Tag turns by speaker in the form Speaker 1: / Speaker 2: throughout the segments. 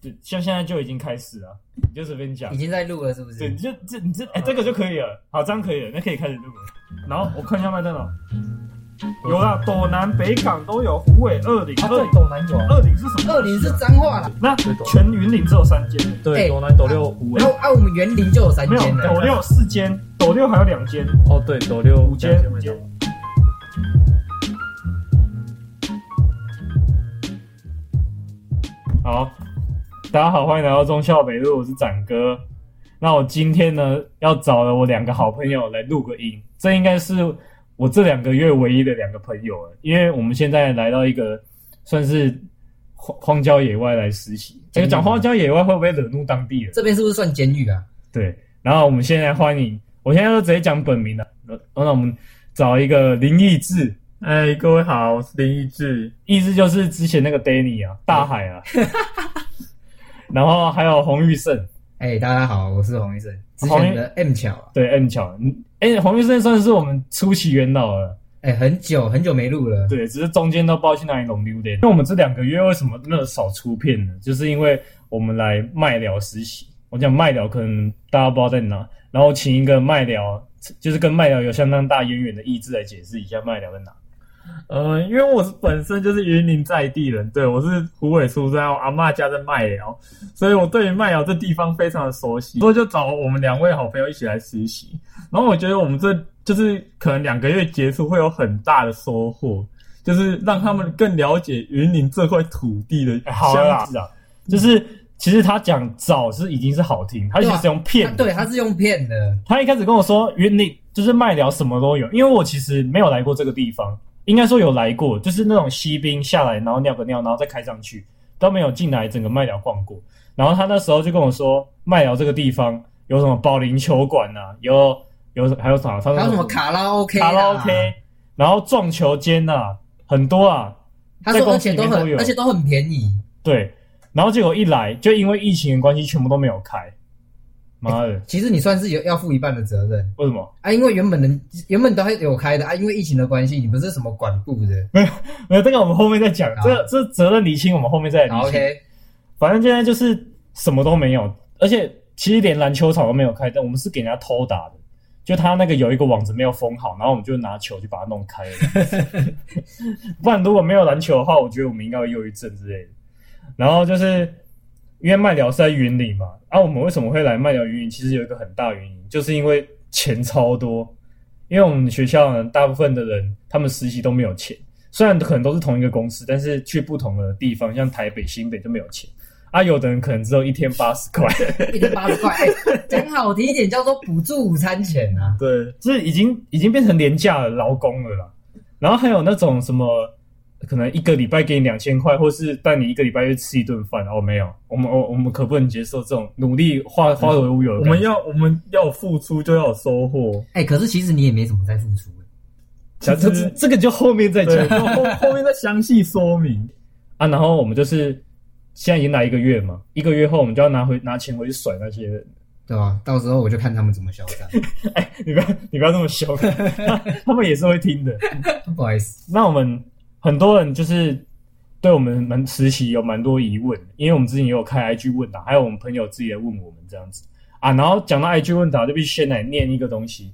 Speaker 1: 就像现在就已经开始了，你就随便讲
Speaker 2: 已。经在录了，是不
Speaker 1: 对，
Speaker 2: 是
Speaker 1: 你？就这你这哎、这个就可以了，好，这样可以了，那可以开始录了。然后我看一下麦当劳，有啦，斗南、北港都有，虎尾、二林、
Speaker 3: 他
Speaker 1: 二
Speaker 3: 对
Speaker 1: 林、
Speaker 3: 斗南有啊，
Speaker 1: 二林是什么？
Speaker 2: 二林是脏话啦，
Speaker 1: 那全云林只有三间，
Speaker 3: 对，
Speaker 2: 哎
Speaker 3: 斗南斗六五
Speaker 2: 然后啊，我们园林就有三
Speaker 1: 没有
Speaker 2: 间了
Speaker 1: 斗。六四间，斗六还有两间，
Speaker 3: 哦，对，斗六
Speaker 1: 五间
Speaker 3: 五
Speaker 1: 五
Speaker 3: 间
Speaker 1: 间。好，大家好，欢迎来到忠孝北路，我是展哥。那我今天呢，要找了我两个好朋友来录个音，这应该是我这两个月唯一的两个朋友了，因为我们现在来到一个算是荒荒郊野外来实习。这个讲荒郊野外会不会惹怒当地人？
Speaker 2: 这边是不是算监狱啊？
Speaker 1: 对，然后我们现在欢迎，我现在都直接讲本名了。哦那我们找一个林义志，
Speaker 3: 哎，各位好，我是林义志。
Speaker 1: 义志就是之前那个 Danny 啊，大海啊， 然后还有洪玉胜，
Speaker 2: 哎，大家好，我是洪医生，之前的 M 巧啊，
Speaker 1: 对 M 巧，嗯哎，洪玉胜算是我们初期元老了，
Speaker 2: 哎，很久很久没录了。
Speaker 1: 对，只是中间都不知道去哪里弄丢的。因为我们这两个月为什么那么少出片呢？就是因为我们来麦聊实习，我讲麦聊可能大家不知道在哪，然后请一个麦聊，就是跟麦聊有相当大渊源的义志来解释一下麦聊在哪。
Speaker 3: 呃，因为我是本身就是云林在地人，对我是虎尾出生，我阿嬷家在麦寮，所以我对于麦寮这地方非常的熟悉，所以就找我们两位好朋友一起来实习。然后我觉得我们这就是可能两个月结束会有很大的收获，就是让他们更了解云林这块土地的
Speaker 1: 哎好了啦
Speaker 3: 乡镇啊。
Speaker 1: 就是其实他讲早是已经是好听，他其实用骗
Speaker 2: 他
Speaker 1: 的。
Speaker 2: 啊对，他是用骗的，
Speaker 1: 他一开始跟我说云林就是麦寮什么都有，因为我其实没有来过这个地方，应该说有来过，就是那种西滨下来，然后尿个尿，然后再开上去，都没有进来整个麦寮逛过。然后他那时候就跟我说，麦寮这个地方有什么保龄球馆啊，有有还有啥？他说
Speaker 2: 还有什么卡拉 OK 啊啦
Speaker 1: 呃卡拉 OK，然后撞球间啊，很多啊，
Speaker 2: 他说
Speaker 1: 在公
Speaker 2: 而
Speaker 1: 司
Speaker 2: 且
Speaker 1: 里
Speaker 2: 都
Speaker 1: 面都
Speaker 2: 很
Speaker 1: 有
Speaker 2: 而且都很便宜，
Speaker 1: 对。然后结果一来，就因为疫情的关系，全部都没有开。妈的！
Speaker 2: 其实你算是有要负一半的责任
Speaker 1: 为什么？
Speaker 2: 啊，因为原本能原本都会有开的啊，因为疫情的关系，你不是什么管部的。
Speaker 1: 没有这个，我们后面再讲。
Speaker 2: 好
Speaker 1: 这个这责任厘清，我们后面再来
Speaker 2: 好
Speaker 1: 厘清。
Speaker 2: ，OK，
Speaker 1: 反正现在就是什么都没有，而且其实连篮球场都没有开，但我们是给人家偷打的。就他那个有一个网子没有封好，然后我们就拿球就把它弄开了。不然如果没有篮球的话，我觉得我们应该会忧郁症之类的。然后就是因为麦寮是在云林嘛，啊，我们为什么会来麦寮云林？其实有一个很大原因，就是因为钱超多。因为我们学校呢，大部分的人他们实习都没有钱，虽然可能都是同一个公司，但是去不同的地方，像台北、新北就没有钱。啊，有的人可能只有一天八十块，
Speaker 2: 一天八十块，哎讲好听一点叫做补助午餐钱啊。
Speaker 3: 对，
Speaker 1: 这已经已经变成廉价的劳工了啦。然后还有那种什么，可能一个礼拜给你两千块，或是带你一个礼拜去吃一顿饭。哦，没有，我们我我们可不能接受这种努力化化为乌有的
Speaker 3: 我
Speaker 1: 感觉。
Speaker 3: 们要我们要有付出就要有收获。
Speaker 2: 哎、可是其实你也没怎么在付出、
Speaker 1: 这这这这个就后面再讲
Speaker 3: 对，后后面再详细说明。
Speaker 1: 啊。然后我们就是现在已经来一个月嘛，一个月后我们就要拿回拿钱回去甩那些人。
Speaker 2: 对吧、到时候我就看他们怎么嚣张。
Speaker 1: 你不要你不要这么 凶， 他他们也是会听的。
Speaker 2: 不好意思，
Speaker 1: 那我们很多人就是对我们蛮实习有蛮多疑问，因为我们之前也有开 IG 问答，还有我们朋友自己来问我们这样子啊。然后讲到 IG 问答，就必须先来念一个东西。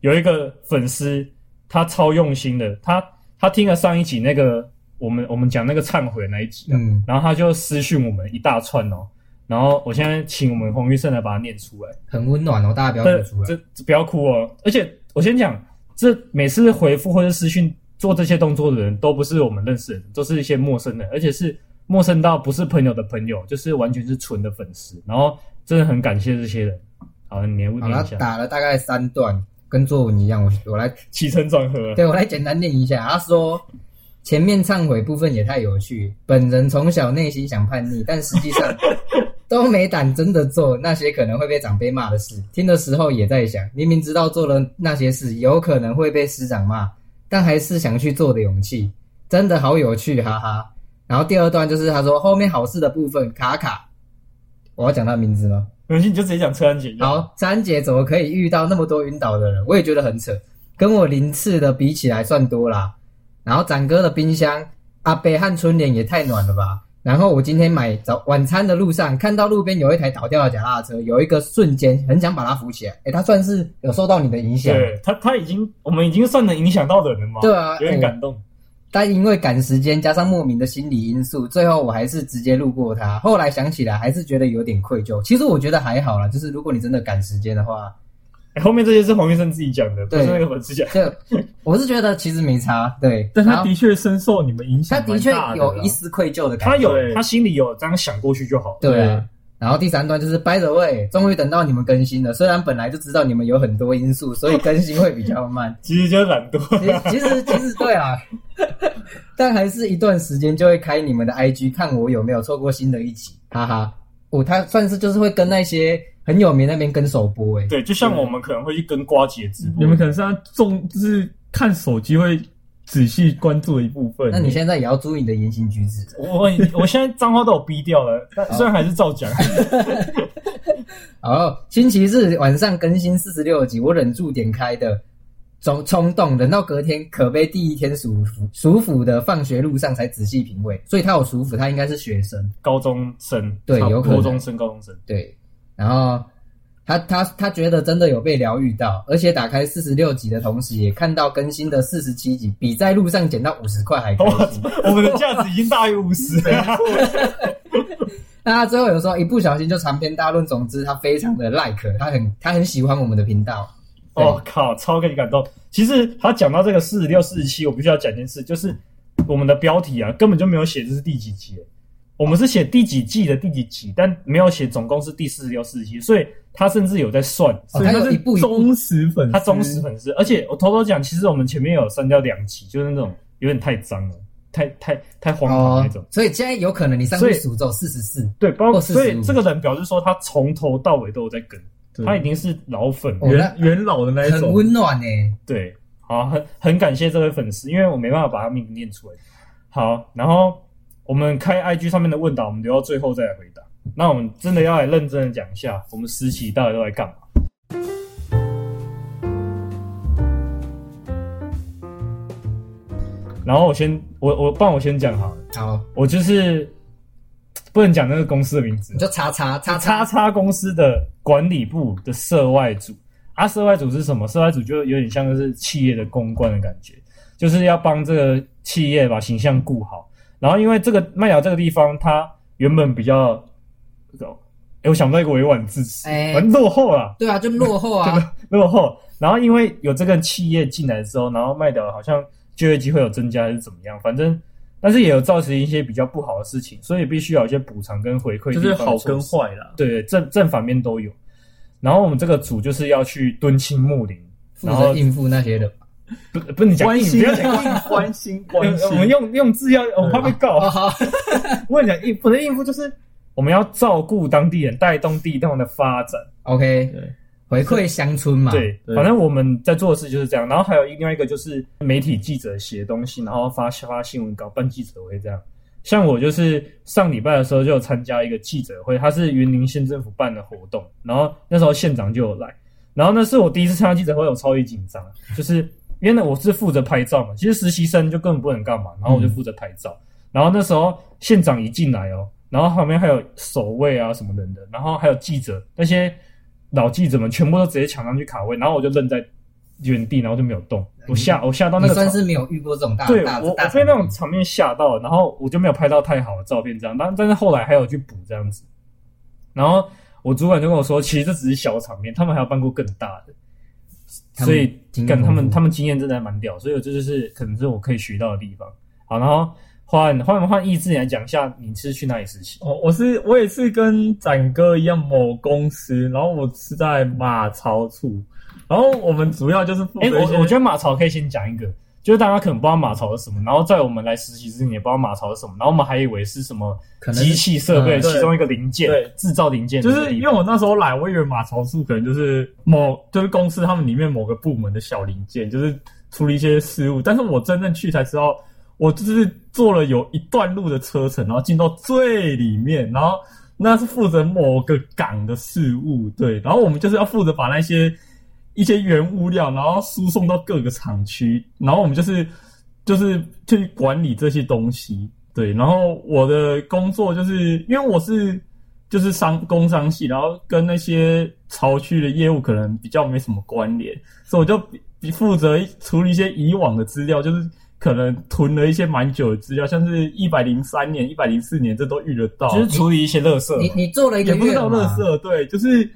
Speaker 1: 有一个粉丝他超用心的，他他听了上一集那个我们我们讲那个忏悔那一集、啊，
Speaker 2: 嗯，
Speaker 1: 然后他就私讯我们一大串哦。然后我现在请我们洪玉胜来把它念出来。
Speaker 2: 很温暖哦，大家不要
Speaker 1: 这
Speaker 2: 付出
Speaker 1: 呃
Speaker 2: 来。
Speaker 1: 这这不要哭哦！而且我先讲，这每次回复或者私讯做这些动作的人，都不是我们认识的人，都是一些陌生人，而且是陌生到不是朋友的朋友，就是完全是纯的粉丝。然后真的很感谢这些人。好，你来
Speaker 2: 好
Speaker 1: 念
Speaker 2: 了
Speaker 1: 一，下，
Speaker 2: 打了大概三段，跟作文一样，我我来，
Speaker 1: 起承转合。
Speaker 2: 对我来简单念一下。他说。前面忏悔部分也太有趣，本人从小内心想叛逆，但实际上都没胆真的做那些可能会被长辈骂的事。听的时候也在想，明明知道做了那些事有可能会被师长骂，但还是想去做的勇气，真的好有趣，哈哈。然后第二段就是他说后面好事的部分，卡卡，我要讲他名字吗？
Speaker 1: 没关系，你就直接讲车安姐。，
Speaker 2: 好，詹姐怎么可以遇到那么多晕倒的人？我也觉得很扯，跟我零次的比起来算多啦。然后展哥的冰箱，阿北和春联也太暖了吧！然后我今天买早晚餐的路上，看到路边有一台倒掉的脚踏车，有一个瞬间很想把它扶起来。诶，它算是有受到你的影响，
Speaker 1: 对他他已经我们已经算能影响到的人了嘛，
Speaker 2: 对啊
Speaker 1: 有点
Speaker 2: 哎
Speaker 1: 感动。
Speaker 2: 但因为赶时间加上莫名的心理因素，最后我还是直接路过它。后来想起来，还是觉得有点愧疚。其实我觉得还好啦，就是如果你真的赶时间的话，
Speaker 1: 哎后面这些是黄医生自己讲的，不是
Speaker 2: 对
Speaker 1: 那个粉丝讲。
Speaker 2: 这我是觉得其实没差。对，
Speaker 3: 但
Speaker 2: 然
Speaker 3: 他
Speaker 2: 后
Speaker 3: 的确深受你们影响
Speaker 2: 他
Speaker 3: 蛮
Speaker 2: 的确
Speaker 3: 大的啦，
Speaker 2: 有一丝愧疚的感
Speaker 1: 他
Speaker 2: 觉。
Speaker 1: 有
Speaker 3: 对
Speaker 1: 他心里有这样想过去就好。
Speaker 2: 对啊。然后第三段就是 By the way，终于等到你们更新了。虽然本来就知道你们有很多因素，所以更新会比较慢。
Speaker 1: 其实就是懒惰。
Speaker 2: 其实其实其实对啊， 但还是一段时间就会开你们的 IG 看我有没有错过新的一集，哈哈。我、他算是就是会跟那些很有名那边跟首播哎、
Speaker 1: 对，就像我们可能会去跟瓜姐直播，
Speaker 3: 你们可能是他重就是看手机会仔细关注的一部分。
Speaker 2: 那你现在也要注意你的言行举止。
Speaker 1: 我我现在脏话都有逼掉了，但虽然还是照 讲。
Speaker 2: 哦，星期日晚上更新四十六集，我忍住点开的，冲冲动，忍到隔天，可悲第一天暑伏暑伏的放学路上才仔细品味，所以他有暑伏，他应该是学生。
Speaker 1: 高中生，
Speaker 2: 对
Speaker 1: 差不多
Speaker 2: 有可能
Speaker 1: 高中生，高中生，
Speaker 2: 对，然后他他他觉得真的有被疗愈到，而且打开四十六集的同时，也看到更新的四十七集，比在路上捡到五十块还
Speaker 1: 我
Speaker 2: 高。
Speaker 1: 我们的价值已经大于五 十了。
Speaker 2: 那他最后有时候一不小心就长篇大论，总之他非常的 like，他很他很喜欢我们的频道。对
Speaker 1: 我哦靠，超给你感动。其实他讲到这个四十六、四十七，我必须要讲一件事，就是我们的标题啊，根本就没有写这是第几集，我们是写第几季的第几集，但没有写总共是第四十六、四十七，所以他甚至有在 算，啊
Speaker 2: 哦
Speaker 3: 所以
Speaker 2: 他
Speaker 3: 他
Speaker 2: 有
Speaker 3: 是
Speaker 2: 一步一步
Speaker 3: 忠实粉丝，
Speaker 1: 他忠实粉丝。而且我偷偷讲，其实我们前面有删掉两集，就是那种有点太脏了，太太太荒唐
Speaker 2: 哦
Speaker 1: 那种。，
Speaker 2: 所以现在有可能你上
Speaker 1: 所
Speaker 2: 去
Speaker 1: 以
Speaker 2: 数走四十四，
Speaker 1: 对，包括
Speaker 2: 或45
Speaker 1: 所以这个人表示说，他从头到尾都有在跟，
Speaker 3: 对
Speaker 1: 他已经是老粉了。
Speaker 2: 哦
Speaker 3: 元元老的那一
Speaker 2: 很
Speaker 3: 种。
Speaker 2: 温暖欸呢、
Speaker 1: 对，好，很很感谢这位粉丝，因为我没办法把他名字念出来。好，然后我们开 IG 上面的问答，我们留到最后再来回答。那我们真的要来认真的讲一下，我们实习到底都在干嘛？然后我先，我我帮我先讲好了，
Speaker 2: 好，
Speaker 1: 我就是不能讲那个公司的名字
Speaker 2: 你，就叉叉叉
Speaker 1: 叉
Speaker 2: 叉，
Speaker 1: 叉公司的管理部的涉外组。啊，涉外组是什么？涉外组就有点像是企业的公关的感觉，就是要帮这个企业把形象顾好。然后因为这个麦寮这个地方，它原本比较，哎，我想不到一个委婉字词，
Speaker 2: 哎
Speaker 1: 反正落后了。
Speaker 2: 对啊，就落后啊，
Speaker 1: 落后。然后因为有这个企业进来之后，然后麦德好像就业机会有增加还是怎么样，反正但是也有造成一些比较不好的事情，所以必须要有一些补偿跟回馈，
Speaker 3: 就是好跟，坏啦，
Speaker 1: 对对，正正反面都有。然后我们这个组就是要去敦亲睦邻，
Speaker 2: 负
Speaker 1: 然后
Speaker 2: 责应付那些人。
Speaker 1: 不不能讲
Speaker 3: 关
Speaker 1: 硬，
Speaker 3: 心
Speaker 1: 不要
Speaker 3: 关
Speaker 1: 讲硬。
Speaker 3: 心关心关 啊
Speaker 1: 我们
Speaker 3: 心，
Speaker 1: 用用字要，我怕被告。
Speaker 2: 哦好，
Speaker 1: 我跟你讲，应不是应付，就是我们要照顾当地人，带动地方的发展。
Speaker 2: OK，
Speaker 3: 对，
Speaker 2: 回馈乡村嘛。
Speaker 1: 对，
Speaker 3: 啊对
Speaker 1: 反正我们在做的事就是这样。然后还有一另外一个就是媒体记者写东西，然后发发新闻稿、办记者会这样。像我就是上礼拜的时候就有参加一个记者会，它是云林县政府办的活动，然后那时候县长就有来，然后那是我第一次参加记者会，我超级紧张，就是因为呢我是负责拍照嘛，其实实习生就根本不能干嘛，然后我就负责拍照，然后那时候县长一进来哦，然后旁边还有守卫啊什么人的，然后还有记者，那些老记者们全部都直接抢上去卡位，然后我就愣在原地，然后就没有动。我吓我吓到那
Speaker 2: 你
Speaker 1: 个
Speaker 2: 算
Speaker 1: 场
Speaker 2: 是没有遇过这种大
Speaker 1: 对
Speaker 2: 大
Speaker 1: 我我
Speaker 2: 大
Speaker 1: 被那种场面吓到了，然后我就没有拍到太好的照片这样，但但是后来还有去补这样子，然后我主管就跟我说，其实这只是小场面，他们还有办过更大的，
Speaker 2: 他
Speaker 1: 所
Speaker 2: 们
Speaker 1: 以
Speaker 2: 经验
Speaker 1: 干他
Speaker 2: 丰
Speaker 1: 们
Speaker 2: 富
Speaker 1: 他们经验真的还蛮屌，所以我这就是可能是我可以学到的地方。好，然后换换换意志你来讲一下，你是去哪里实习？
Speaker 3: 哦，我是我也是跟展哥一样某公司，然后我是在马槽处，然后我们主要就是负责
Speaker 1: 哎、
Speaker 3: 一些、
Speaker 1: 我我觉得马槽可以先讲一个，就是大家可能不知道马槽是什么，然后在我们来实习之前也不知道马槽是什么，然后我们还以为是什么
Speaker 2: 可能是
Speaker 1: 机器设备的
Speaker 3: 嗯对
Speaker 1: 其中一个零件
Speaker 3: 对，
Speaker 1: 制造零件的
Speaker 3: 就
Speaker 1: 那个地方，
Speaker 3: 是因为我那时候来，我以为马槽树可能就是某就是公司他们里面某个部门的小零件，就是处理一些事务。但是我真正去才知道，我就是坐了有一段路的车程，然后进到最里面，然后那是负责某个港的事务，对。然后我们就是要负责把那些一些原物料，然后输送到各个厂区，然后我们就是就是去管理这些东西。对，然后我的工作就是因为我是就是商工商系，然后跟那些潮区的业务可能比较没什么关联，所以我就比比负责处理一些以往的资料，就是可能囤了一些蛮久的资料，像是一百零三年、一百零四年，这都遇得到。
Speaker 1: 就是处理一些垃圾。
Speaker 2: 你你做了一
Speaker 3: 也
Speaker 2: 个
Speaker 3: 不是
Speaker 2: 月
Speaker 3: 到垃
Speaker 2: 嘛，
Speaker 3: 圾，对，就是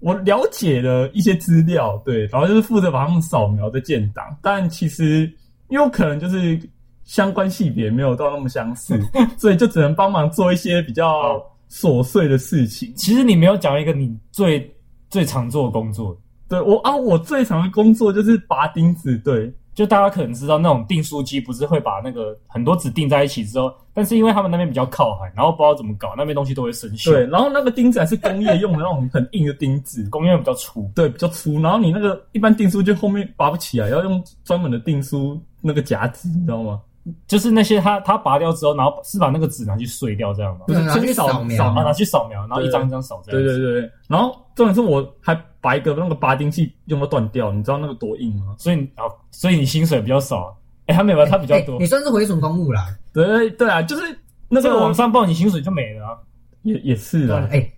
Speaker 3: 我了解了一些资料，对，然后就是负责把他们扫描的建档，但其实因为我可能就是相关系别没有到那么相似，所以就只能帮忙做一些比较琐碎的事情。
Speaker 1: 其实你没有讲一个你最最常做的工作，
Speaker 3: 对我啊，我最常的工作就是拔钉子，对，
Speaker 1: 就大家可能知道那种订书机不是会把那个很多纸订在一起之后，但是因为他们那边比较靠海，然后不知道怎么搞，那边东西都会生锈，
Speaker 3: 对，，然后那个钉子还是工业用的那种很硬的钉子，
Speaker 1: 工业比较粗。
Speaker 3: 对，比较粗，然后你那个一般订书就后面拔不起来，要用专门的订书那个夹子，你知道吗？
Speaker 1: 就是那些他他拔掉之后，然后是把那个纸拿去碎掉这样吗？
Speaker 3: 不
Speaker 2: 对
Speaker 3: 是
Speaker 2: 拿去
Speaker 3: 去扫
Speaker 2: 扫描
Speaker 3: 扫
Speaker 1: 啊，
Speaker 3: 描
Speaker 1: 拿去扫描，然后一张一张扫这样
Speaker 3: 对
Speaker 1: 子。
Speaker 3: 对对，对然后重点是我还把一个那个拔钉器用到断掉，你知道那个多硬吗？
Speaker 1: 所以你啊，所以你薪水比较少啊。哎、哦他没有，他比较
Speaker 2: 哎
Speaker 1: 多。
Speaker 2: 你算是毁损公务啦。
Speaker 3: 对对啊，就是那
Speaker 1: 这
Speaker 3: 个
Speaker 1: 个往上报，你薪水就没了啊。
Speaker 3: 也也是啊啦，
Speaker 2: 哎，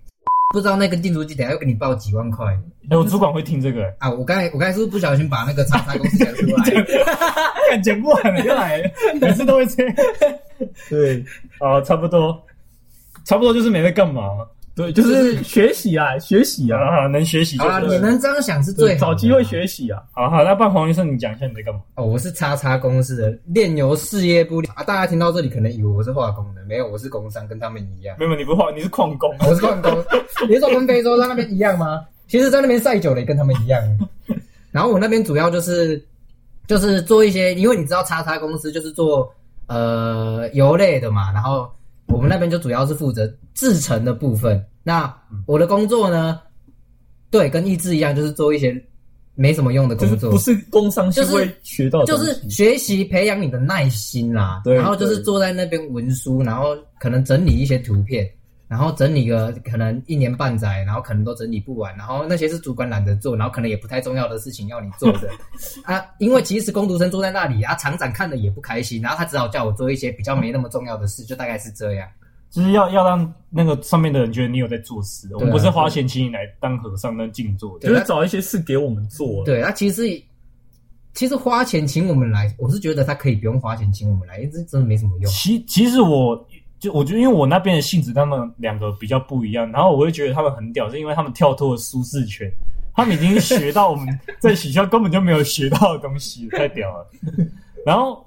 Speaker 2: 不知道那个订书机等下要给你报几万块
Speaker 1: 哎、我主管会听这个、
Speaker 2: 啊！我刚才我刚才是不是不小心把那个叉叉公司讲出来？
Speaker 1: 哎，讲不完了， 又来了，哎每次都会这样。
Speaker 3: 对
Speaker 1: 啊，差不多，差不多就是没在干嘛
Speaker 3: 对，就是学习啊，学习啊，
Speaker 1: 啊，能学习就
Speaker 2: 好啦，
Speaker 1: 是。
Speaker 2: 你能这样想是最好的
Speaker 3: 找
Speaker 2: 啦
Speaker 3: 机会学习啊，
Speaker 1: 好好，那办黄医生，你讲一下你在干嘛？
Speaker 2: 哦。我是叉叉公司的炼油事业部啊，大家听到这里可能以为我是化工的，没有，我是工商，跟他们一样。哦
Speaker 1: 没有，你不画，你是矿工。
Speaker 2: 我是矿工， 你是说跟非洲在那边一样吗？其实，在那边晒久了也跟他们一样。然后我那边主要就是就是做一些，因为你知道叉叉公司就是做呃油类的嘛，然后我们那边就主要是负责制成的部分。那我的工作呢，对，跟一志一样，就是做一些没什么用的
Speaker 3: 就
Speaker 2: 工
Speaker 3: 是
Speaker 2: 作，
Speaker 3: 不是工商系
Speaker 2: 就是
Speaker 3: 会学到的
Speaker 2: 就
Speaker 3: 东西，
Speaker 2: 是学习培养你的耐心啦，
Speaker 3: 对
Speaker 2: 然后就是
Speaker 3: 对
Speaker 2: 坐在那边文书，然后可能整理一些图片，然后整理个可能一年半载，然后可能都整理不完，然后那些是主管懒得做，然后可能也不太重要的事情要你做 的啊，因为其实工读生坐在那里啊，厂长看的也不开心，然啊后他只好叫我做一些比较没那么重要的事，就大概是这样。
Speaker 1: 就是要要让那个上面的人觉得你有在做事，我们不是花钱请你来当和尚当静坐的。
Speaker 3: 就是找一些事给我们做，啊
Speaker 2: 对，他其实其实花钱请我们来，我是觉得他可以不用花钱请我们来，因为这真的没什么用。
Speaker 1: 其其实我就我觉得，因为我那边的性质跟他们两个比较不一样，然后我会觉得他们很屌，是因为他们跳脱了舒适圈，他们已经学到我们在学校根本就没有学到的东西，太屌了。 然后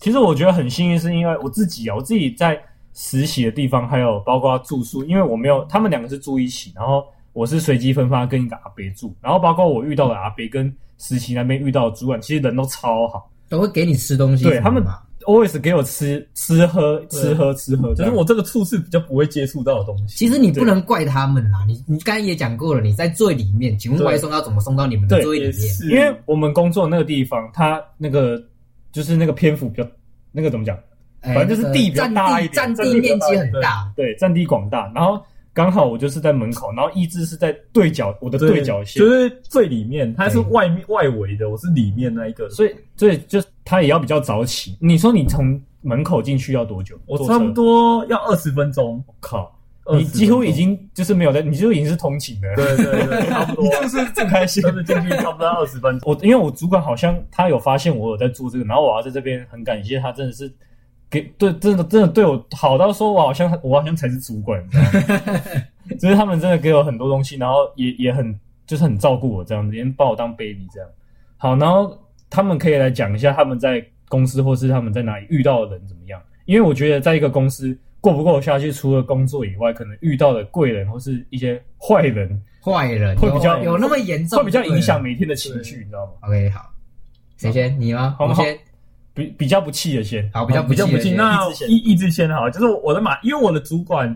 Speaker 1: 其实我觉得很幸运，是因为我自己啊，我自己在实习的地方，还有包括住宿，因为我没有他们两个是住一起，然后我是随机分发跟一个阿伯住，然后包括我遇到的阿伯跟实习那边遇到的主管，其实人都超好。
Speaker 2: 都会给你吃东西什么
Speaker 1: 对
Speaker 2: 的
Speaker 1: 他们
Speaker 2: 嘛，
Speaker 1: always 给我吃吃喝吃喝吃喝，
Speaker 3: 就是我这个处是比较不会接触到的东西。
Speaker 2: 其实你不能怪他们啦，你你刚才也讲过了，你在最里面，请问
Speaker 3: 对
Speaker 2: 外送要怎么送到你们的
Speaker 1: 对
Speaker 2: 最
Speaker 3: 也
Speaker 2: 里面？
Speaker 3: 是，
Speaker 1: 因为我们工作那个地方，它那个就是那个篇幅比较那个怎么讲？
Speaker 2: 哎
Speaker 1: 反正就是地比较
Speaker 2: 占
Speaker 1: 大
Speaker 2: 地
Speaker 1: 一点
Speaker 2: 占
Speaker 1: 占地
Speaker 2: 地
Speaker 1: 比较
Speaker 2: 面积
Speaker 1: 大
Speaker 2: 很大，
Speaker 1: 对，占地广大，然后刚好我就是在门口，然后一志是在对角我的对角线，
Speaker 3: 就是最里面，它是
Speaker 2: 对
Speaker 3: 外面外围的，我是里面那一个，
Speaker 1: 所以所以就他也要比较早起。你说你从门口进去要多久？
Speaker 3: 我
Speaker 1: 坐车
Speaker 3: 差不，多要二十分钟，
Speaker 1: 我靠，
Speaker 3: 20
Speaker 1: 你几乎已
Speaker 3: 分钟
Speaker 1: 经就是没有在，你就已经是通勤的 了，
Speaker 3: 对对 对，差不多，
Speaker 1: 就是正开心
Speaker 3: 就。是进去差不多二十分钟。
Speaker 1: 我因为我主管好像他有发现我有在做这个，然后我要在这边很感谢他，真的是给对真的真的对我好到说我好像我好像才是主管，你知道吗 就是他们真的给我很多东西，然后也也很就是很照顾我这样子，连把我当 baby 这样。好，然后他们可以来讲一下他们在公司或是他们在哪里遇到的人怎么样，因为我觉得在一个公司过不过得下去，除了工作以外，可能遇到的贵人或是一些坏人，
Speaker 2: 坏人
Speaker 1: 会比较
Speaker 2: 有有那么严重，
Speaker 1: 会比较影响
Speaker 2: 对
Speaker 1: 每天的情绪，你知道吗？
Speaker 2: 不对。OK，好，谁先？你吗？
Speaker 1: 好
Speaker 2: 我先。
Speaker 1: 比比较不气的先。
Speaker 2: 好，比较
Speaker 3: 比较不
Speaker 2: 不
Speaker 3: 近。
Speaker 2: 近。
Speaker 3: 那
Speaker 1: 一致先
Speaker 3: 一一直先好了，就是我的嘛，因为我的主管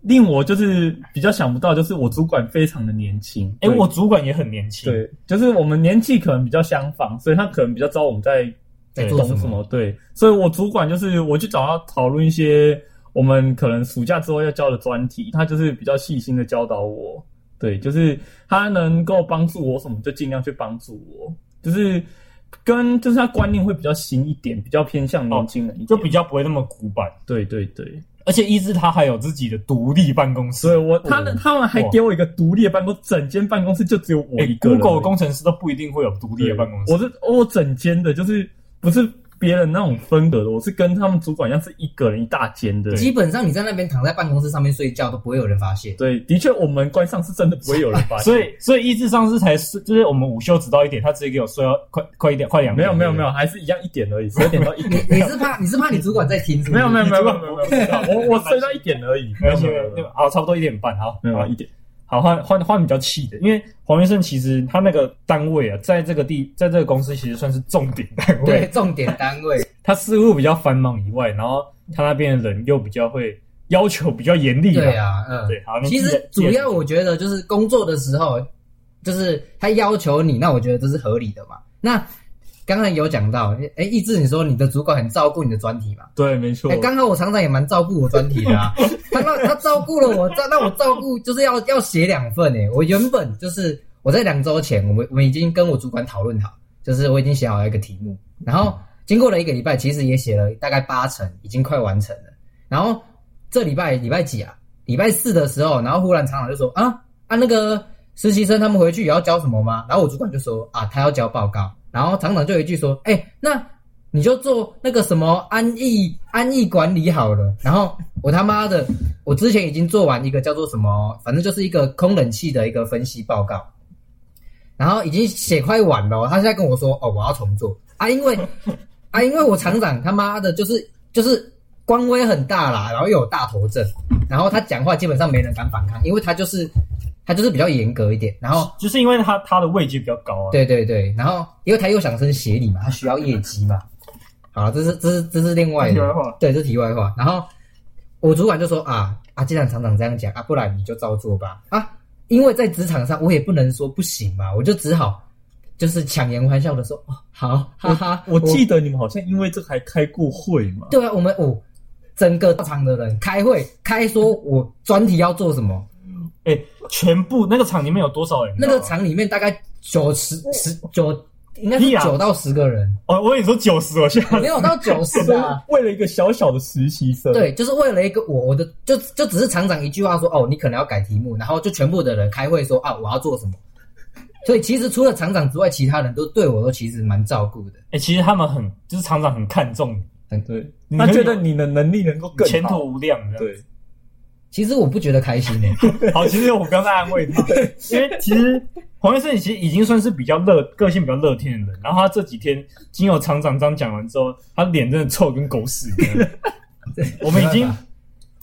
Speaker 3: 令我就是比较想不到，就是我主管非常的年轻。
Speaker 1: 哎、
Speaker 3: 对
Speaker 1: 我主管也很年轻，，
Speaker 3: 对，就是我们年纪可能比较相仿，所以他可能比较知道我们在
Speaker 2: 在做
Speaker 3: 懂
Speaker 2: 什
Speaker 3: 什
Speaker 2: 么？
Speaker 3: 么。对，所以我主管就是我去找他讨论一些我们可能暑假之后要教的专题，他就是比较细心的教导我。对，就是他能够帮助我什么就尽量去帮助我，就是。跟就是他观念会比较新一点，比较偏向年轻人一点，
Speaker 1: 哦就比较不会那么古板。
Speaker 3: 对对对。
Speaker 1: 而且一志他还有自己的独立办公室
Speaker 3: 所以，我他
Speaker 1: 哦
Speaker 3: 们他们还给我一个独立的办公室，整间办公室就只有我
Speaker 1: 哎
Speaker 3: 一个人而已。
Speaker 1: ，Google 工程师都不一定会有独立的办公室。
Speaker 3: 我是我整间的，就是不是别人那种风格的，我是跟他们主管一样，是一个人一大间的。
Speaker 2: 基本上你在那边躺在办公室上面睡觉都不会有人发现。
Speaker 3: 对，的确，我们关上是真的不会有人发现。
Speaker 1: 所以，所以一志上次才是，就是我们午休只到一点，他直接给我睡到快快一点，快两
Speaker 3: 没
Speaker 1: 点。
Speaker 3: 有没有没有，还是一样一点而已，十二点到一
Speaker 2: 你
Speaker 3: 点。
Speaker 2: 你是怕你是怕你主管在听是不
Speaker 3: 没
Speaker 2: 是？
Speaker 3: 有没有没有没有没有，没有我我睡到一点而已，
Speaker 1: 没
Speaker 3: 没有
Speaker 1: 有，
Speaker 3: 没
Speaker 1: 没
Speaker 3: 有
Speaker 1: 有
Speaker 3: 没
Speaker 1: 没有，
Speaker 3: 有
Speaker 1: 好，差不多一点半，好，
Speaker 3: 没有
Speaker 1: 好
Speaker 3: 没有一点。
Speaker 1: 好，换换换比较气的，因为黄元胜其实他那个单位啊，在这个地，在这个公司其实算是重点单
Speaker 2: 对
Speaker 1: 位，
Speaker 2: 重点单位，
Speaker 1: 他事务比较繁忙以外，然后他那边的人又比较会要求比较严厉啦
Speaker 2: 对，啊，嗯，
Speaker 1: 对，好，你
Speaker 2: 其
Speaker 1: 记得
Speaker 2: 实主要我觉得就是工作的时候，就是他要求你，那我觉得这是合理的嘛。那刚才有讲到，哎，意志你说你的主管很照顾你的专题嘛？
Speaker 3: 对，没错
Speaker 2: 哎，，刚好我厂长也蛮照顾我专题的啊，他让他照顾了我，照让我照顾就是要要写两份哎，我原本就是我在两周前，我们我们已经跟我主管讨论好，就是我已经写好了一个题目，然后经过了一个礼拜，其实也写了大概八成，已经快完成了。然后这礼拜礼拜几啊？礼拜四的时候，然后忽然厂长就说啊啊那个实习生他们回去也要交什么吗？然后我主管就说啊他要交报告，然后厂长就有一句说哎、那你就做那个什么安逸安逸管理好了。然后我他妈的我之前已经做完一个叫做什么，反正就是一个空冷气的一个分析报告，然后已经写快完了哦，他现在跟我说哦我要重做啊，因为啊因为我厂长他妈的就是就是官威很大啦，然后又有大头症，然后他讲话基本上没人敢反抗，因为他就是他就是比较严格一点，然后
Speaker 1: 就是因为他他的位阶比较高啊，，
Speaker 2: 对对对，然后因为他又想升协理嘛，他需要业绩嘛。好，这是这是这是另外的
Speaker 1: 题外话，
Speaker 2: 对，这是题外话。然后我主管就说啊啊，既然厂长这样讲啊，不然你就照做吧啊，因为在职场上我也不能说不行嘛，我就只好就是强颜欢笑的说哦好，哈哈，
Speaker 3: 我记得你们好像因为这个还开过会嘛？
Speaker 2: 对啊，我们哦，整个大厂的人开会开说我专题要做什 么，
Speaker 1: 哎，全部那个厂里面有多少人？
Speaker 2: 那个厂里面大概九十十九。应该是
Speaker 1: 屁啊
Speaker 2: 九到十个人，
Speaker 1: 哦，我跟你说九十，我现在
Speaker 2: 没有到九十
Speaker 3: 所以
Speaker 2: 啊。
Speaker 3: 为了一个小小的实习生，，
Speaker 2: 对，就是为了一个我，我的就就只是厂长一句话说，哦，你可能要改题目，然后就全部的人开会说啊，我要做什么。 所以其实除了厂长之外，其他人都对我都其实蛮照顾的。
Speaker 1: 哎，其实他们很就是厂长很看重你
Speaker 3: 对，
Speaker 1: 你
Speaker 3: 他
Speaker 1: 很
Speaker 3: 觉
Speaker 1: 有
Speaker 3: 得你的能力能够更好
Speaker 1: 前途无量这样。
Speaker 3: 对，
Speaker 2: 其实我不觉得开心的，欸
Speaker 1: 好，其实我不要再安慰 他，因为其实黄医生其实已经算是比较乐个性比较乐天的人。然后他这几天经由厂长这样讲完之后，他脸真的臭得跟狗屎一 样。我们已经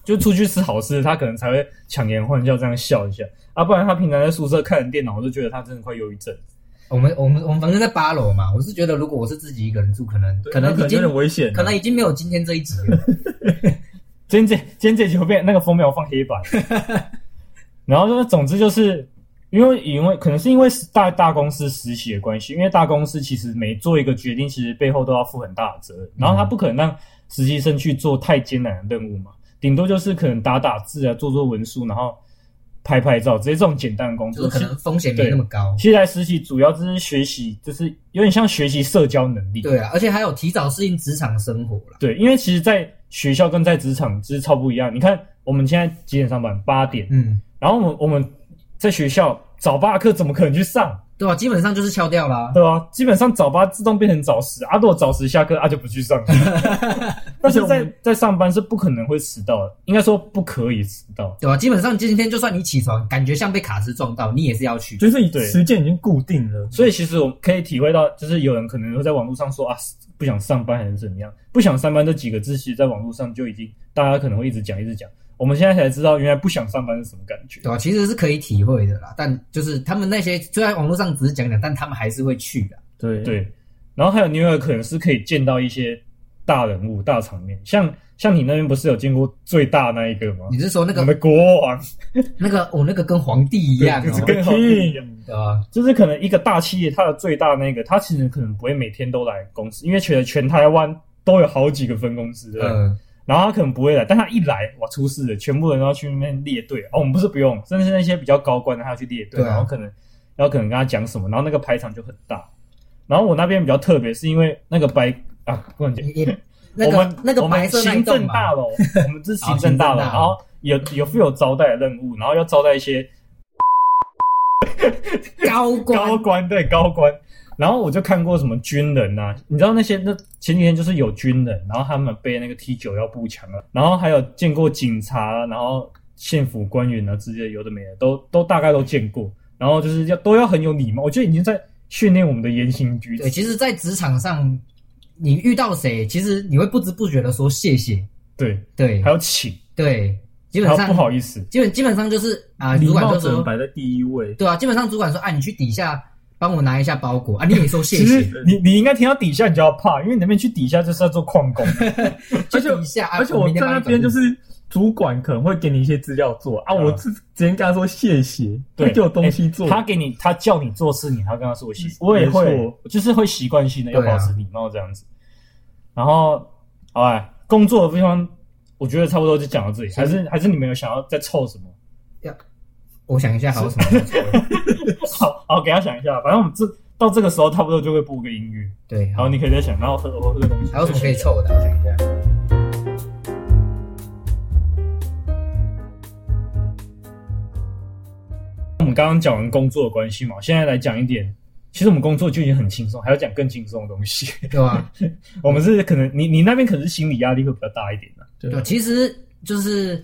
Speaker 1: 就出去吃好吃的，他可能才会强颜欢笑这样笑一下啊，不然他平常在宿舍看着电脑，我就觉得他真的快忧郁症。
Speaker 2: 我们我们我们反正在八楼嘛，我是觉得如果我是自己一个人住，可能可能已
Speaker 3: 那可能有
Speaker 2: 经
Speaker 3: 点危险啊，
Speaker 2: 可能已经没有今天这一集 了。
Speaker 1: 今天这今天这集会变那个封面我放黑 白。然后呢，总之就是因为因为可能是因为大大公司实习的关系，因为大公司其实每做一个决定，其实背后都要负很大的责任。然后他
Speaker 2: 嗯
Speaker 1: 不可能让实习生去做太艰难的任务嘛，顶多就是可能打打字啊，做做文书，然后拍拍照，直接这种简单的工
Speaker 2: 就是
Speaker 1: 作。
Speaker 2: 可
Speaker 1: 其
Speaker 2: 能风险没那么高。
Speaker 1: 其实来实习主要就是学习，就是有点像学习社交能力。
Speaker 2: 对啊，而且还有提早适应职场生活啦。
Speaker 1: 对，因为其实，在学校跟在职场其实超不一样。你看我们现在几点上班？八点。
Speaker 2: 嗯，
Speaker 1: 然后我们我们在学校早八的课怎么可能去上，
Speaker 2: 对啊，基本上就是翘掉啦。
Speaker 1: 对吧、啊基本上早八自动变成早十，啊，如果早十下课，啊就不去上。但是在在上班是不可能会迟到的，应该说不可以迟到。
Speaker 2: 对啊，基本上今天就算你起床，感觉像被卡车撞到，你也是要去。
Speaker 3: 就是你
Speaker 1: 对
Speaker 3: 时间已经固定了，
Speaker 1: 所以其实我可以体会到，就是有人可能会在网络上说啊，不想上班还是怎么样，不想上班这几个字，其实在网络上就已经大家可能会一直讲一直讲。我们现在才知道，原来不想上班是什么感觉。
Speaker 2: 对啊，其实是可以体会的啦，但就是他们那些虽然网络上只是讲讲，但他们还是会去的。
Speaker 3: 对
Speaker 1: 对，然后还有 New York 可能是可以见到一些大人物、大场面，像像你那边不是有见过最大那一个吗
Speaker 2: 你？是说那
Speaker 1: 我
Speaker 2: 个
Speaker 1: 们的国王
Speaker 2: 那个我、哦、那个跟皇帝一样、
Speaker 1: 就是
Speaker 2: 哦，
Speaker 1: 跟好一样，
Speaker 2: 对啊，
Speaker 1: 就是可能一个大企业，它的最大那个，它其实可能不会每天都来公司，因为全全台湾都有好几个分公司，对吧
Speaker 2: 嗯，
Speaker 1: 然后他可能不会来，但他一来，哇，出事了，全部人都要去那边列队。哦，我们不是不用，甚至是那些比较高官的，他要去列队，
Speaker 2: 对啊
Speaker 1: 然后可能，然后可能跟他讲什么，然后那个排场就很大。然后我那边比较特别，是因为那个白啊，不能讲，
Speaker 2: 你你那
Speaker 1: 我
Speaker 2: 个
Speaker 1: 们
Speaker 2: 那个
Speaker 1: 我们
Speaker 2: 白色那一
Speaker 1: 行
Speaker 2: 栋
Speaker 1: 政
Speaker 2: 吧
Speaker 1: 大，楼，我们这是行政大楼，
Speaker 2: 哦行政大楼
Speaker 1: 然后有有负有招待的任务，然后要招待一些
Speaker 2: 高
Speaker 1: 高
Speaker 2: 官
Speaker 1: 官，对高官。然后我就看过什么军人呐、你知道那些那前几天就是有军人，然后他们背那个 T 九幺步枪啊，然后还有见过警察，啊然后县府官员啊之类的，有的没的都都大概都见过。然后就是要都要很有礼貌，我觉得已经在训练我们的言行举
Speaker 2: 对，
Speaker 1: 止。
Speaker 2: 其实，在职场上，你遇到谁，其实你会不知不觉的说谢谢，
Speaker 1: 对，
Speaker 2: 对
Speaker 1: 还，有请，
Speaker 2: 对，基本
Speaker 1: 还有不
Speaker 2: 上，
Speaker 1: 好意思，
Speaker 2: 基本基本上就是啊，
Speaker 3: 礼
Speaker 2: 主管
Speaker 3: 貌
Speaker 2: 就
Speaker 3: 只能
Speaker 2: 说，
Speaker 3: 摆在第一位。
Speaker 2: 对啊，基本上主管说，啊，你去底下帮我拿一下包裹啊，你也说谢
Speaker 1: 其
Speaker 2: 谢，
Speaker 1: 实你你应该听到底下你就要怕，因为你那边去底下就是要做矿工，
Speaker 2: 去
Speaker 3: 而且
Speaker 2: 底下，啊
Speaker 3: 而且我
Speaker 2: 明天
Speaker 3: 在
Speaker 2: 帮
Speaker 3: 那
Speaker 2: 你
Speaker 3: 边
Speaker 2: 转
Speaker 3: 就是主管可能会给你一些资料做啊，
Speaker 1: 嗯
Speaker 3: 我直直接跟他说谢谢，他
Speaker 1: 对，
Speaker 3: 给我东西做，
Speaker 1: 欸他给你，他叫你做事，你还要跟他说谢谢。我
Speaker 3: 我也
Speaker 1: 也会
Speaker 3: 会，
Speaker 1: 就是会习惯性的要
Speaker 2: 对啊
Speaker 1: 保持礼貌这样子。然后，好吧，工作的地方，我觉得差不多就讲到这里。还是还是你们有想要再凑什么？
Speaker 2: 我想一下还有什么好说的，
Speaker 1: 好好，给他想一下。反正我们这到这个时候，差不多就会播个音乐，
Speaker 2: 对，
Speaker 1: 然后你可以再想，然后喝我喝个东西。
Speaker 2: 还有什么可以？凑的，我想一下。
Speaker 1: 我们刚刚讲完工作的关系嘛，现在来讲一点。其实我们工作就已经很轻松，还要讲更轻松的东西。
Speaker 2: 对啊，
Speaker 1: 我们是可能你你那边可能是心理压力会比较大一点的、
Speaker 3: 对
Speaker 2: 对，啊其实就是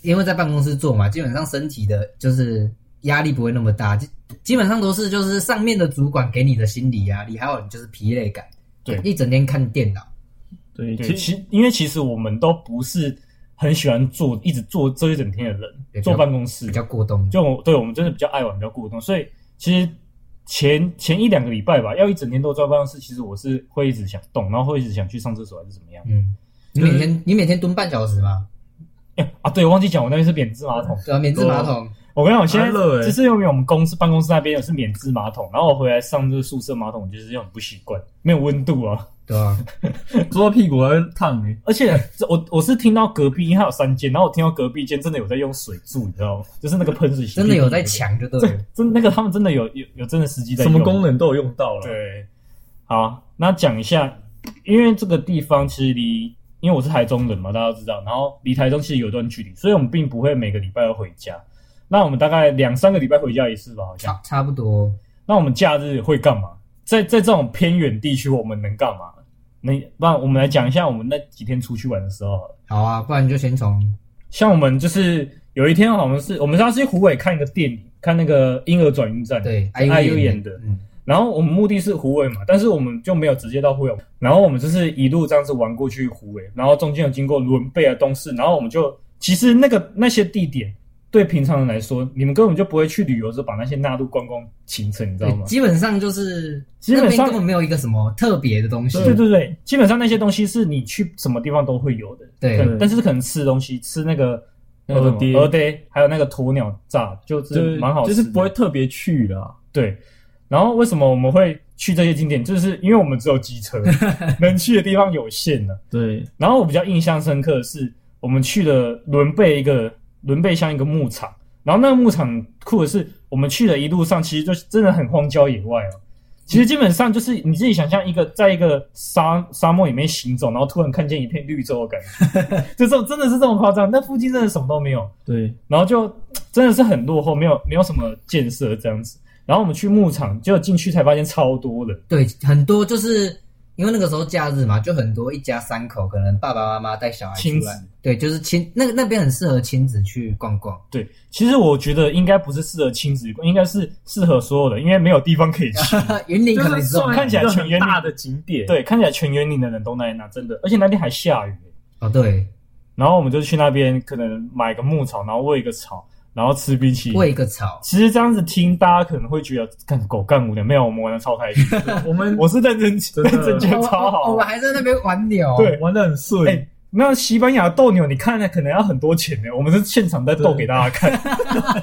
Speaker 2: 因为在办公室做嘛，基本上身体的就是压力不会那么大，基基本上都是就是上面的主管给你的心理压力，还有你就是疲累感，
Speaker 1: 对
Speaker 2: 一整天看电脑，
Speaker 3: 对，
Speaker 1: 对，
Speaker 3: 其实
Speaker 1: 其因为其实我们都不是很喜欢坐一直坐这一整天的
Speaker 2: 对
Speaker 1: 人，坐办公室
Speaker 2: 比，较过动。
Speaker 1: 就我对我们真的比较爱玩，比较过动，所以其实前前一两个礼拜吧，要一整天都坐办公室，其实我是会一直想动，然后会一直想去上厕所还是怎么样。
Speaker 2: 嗯，你每天你每天蹲半小时嘛，
Speaker 1: 哎啊，对，我忘记讲，我那边是免治马桶。
Speaker 2: 对啊，免治马桶，
Speaker 1: 我跟你讲，我现
Speaker 2: 啊
Speaker 1: 在
Speaker 3: 安乐欸
Speaker 1: 就是因为我们公司办公室那边有是免治马桶，然后我回来上这个宿舍马桶，我就是很不习惯，没有温度啊。
Speaker 2: 对啊，
Speaker 3: 说到屁股还会烫诶，
Speaker 1: 而且这我我是听到隔壁，因为它有三间，然后我听到隔壁间真的有在用水柱，你知道吗？就是那个喷水，
Speaker 2: 真的有在，抢就对 了。
Speaker 1: 真那个他们真的有有有真的实际在
Speaker 3: 什
Speaker 1: 用
Speaker 3: 么功？能都有用到了。
Speaker 1: 对，好，那讲一下，因为这个地方其实离，因为我是台中人嘛，大家都知道，然后离台中其实有一段距离，所以我们并不会每个礼拜要回家。那我们大概两三个礼拜回家一次吧，好像。
Speaker 2: 差差不多，
Speaker 1: 那我们假日会干嘛？在在这种偏远地区，我们能干嘛？那不然我们来讲一下我们那几天出去玩的时候好了。
Speaker 2: 好啊，不然就先从
Speaker 1: 像我们就是有一天好像是我们是要去湖尾看一个电影，看那个婴儿转运站，
Speaker 2: 对
Speaker 1: ，IU 演
Speaker 2: 演
Speaker 1: 的。
Speaker 2: 嗯，
Speaker 1: 然后我们目的是湖尾嘛，但是我们就没有直接到湖尾，然后我们就是一路这样子玩过去湖尾，然后中间有经过伦贝啊、东市，然后我们就其实那个那些地点对平常人来说，你们根本就不会去旅游，就把那些纳入观光行程，你知道
Speaker 2: 对，
Speaker 1: 吗？
Speaker 2: 基本上就是
Speaker 1: 基本
Speaker 2: 那边
Speaker 1: 上
Speaker 2: 根本没有一个什么特别的东西，
Speaker 1: 对对对，基本上那些东西是你去什么地方都会有的，
Speaker 2: 对
Speaker 1: 可能但是可能吃东西吃那个那个
Speaker 3: 蚵嗲
Speaker 1: 鹅爹，还有那个鸵鸟炸，就
Speaker 3: 就是
Speaker 1: 是蛮好
Speaker 3: 就
Speaker 1: 吃
Speaker 3: 是
Speaker 1: 的，
Speaker 3: 不会特别去啦。
Speaker 1: 对。然后为什么我们会去这些景点？就是因为我们只有机车，能去的地方有限了。
Speaker 3: 对，
Speaker 1: 然后我比较印象深刻的是，我们去了伦贝一个伦贝乡一个牧场，然后那个牧场酷的是，我们去的一路上其实就是真的很荒郊野外哦。其实基本上就是你自己想象一个在一个沙沙漠里面行走，然后突然看见一片绿洲的感觉，就这种真的是这么夸张。那附近真的什么都没有，
Speaker 3: 对，
Speaker 1: 然后就真的是很落后，没有没有什么建设这样子。然后我们去牧场，结果进去才发现超多人，
Speaker 2: 对，很多就是因为那个时候假日嘛，就很多一家三口，可能爸爸妈妈带小孩出
Speaker 1: 亲
Speaker 2: 来
Speaker 1: 子，
Speaker 2: 对，就是亲那个那边很适合亲子去逛 逛。
Speaker 1: 对，其实我觉得应该不是适合亲子，应该是适合所有人，因为没有地方可以去。
Speaker 2: 云林
Speaker 3: 就
Speaker 2: 可能
Speaker 3: 是
Speaker 2: 是这种
Speaker 3: 算
Speaker 1: 看起来
Speaker 3: 一个很
Speaker 1: 全员
Speaker 3: 大的景点。，
Speaker 1: 对，看起来全园林的人都在那，真的，而且那天还下雨。
Speaker 2: 哦，对，
Speaker 1: 然后我们就去那边，可能买个牧草，然后喂个草，然后吃冰淇
Speaker 2: 喂
Speaker 1: 淋。
Speaker 2: 一个草，
Speaker 1: 其实这样子听，大家可能会觉得干狗干无聊，没有，我们玩的超 开心。
Speaker 3: 我们
Speaker 1: 我是认真
Speaker 3: 真 的
Speaker 1: 认真觉得超好
Speaker 2: 哦我们
Speaker 1: 玩。
Speaker 2: 还在那边玩鸟，
Speaker 1: 对
Speaker 3: 玩的很
Speaker 1: 哎、
Speaker 3: 顺，
Speaker 1: 那西班牙斗牛，你看了可能要很多钱呢。我们是现场在斗给大家看，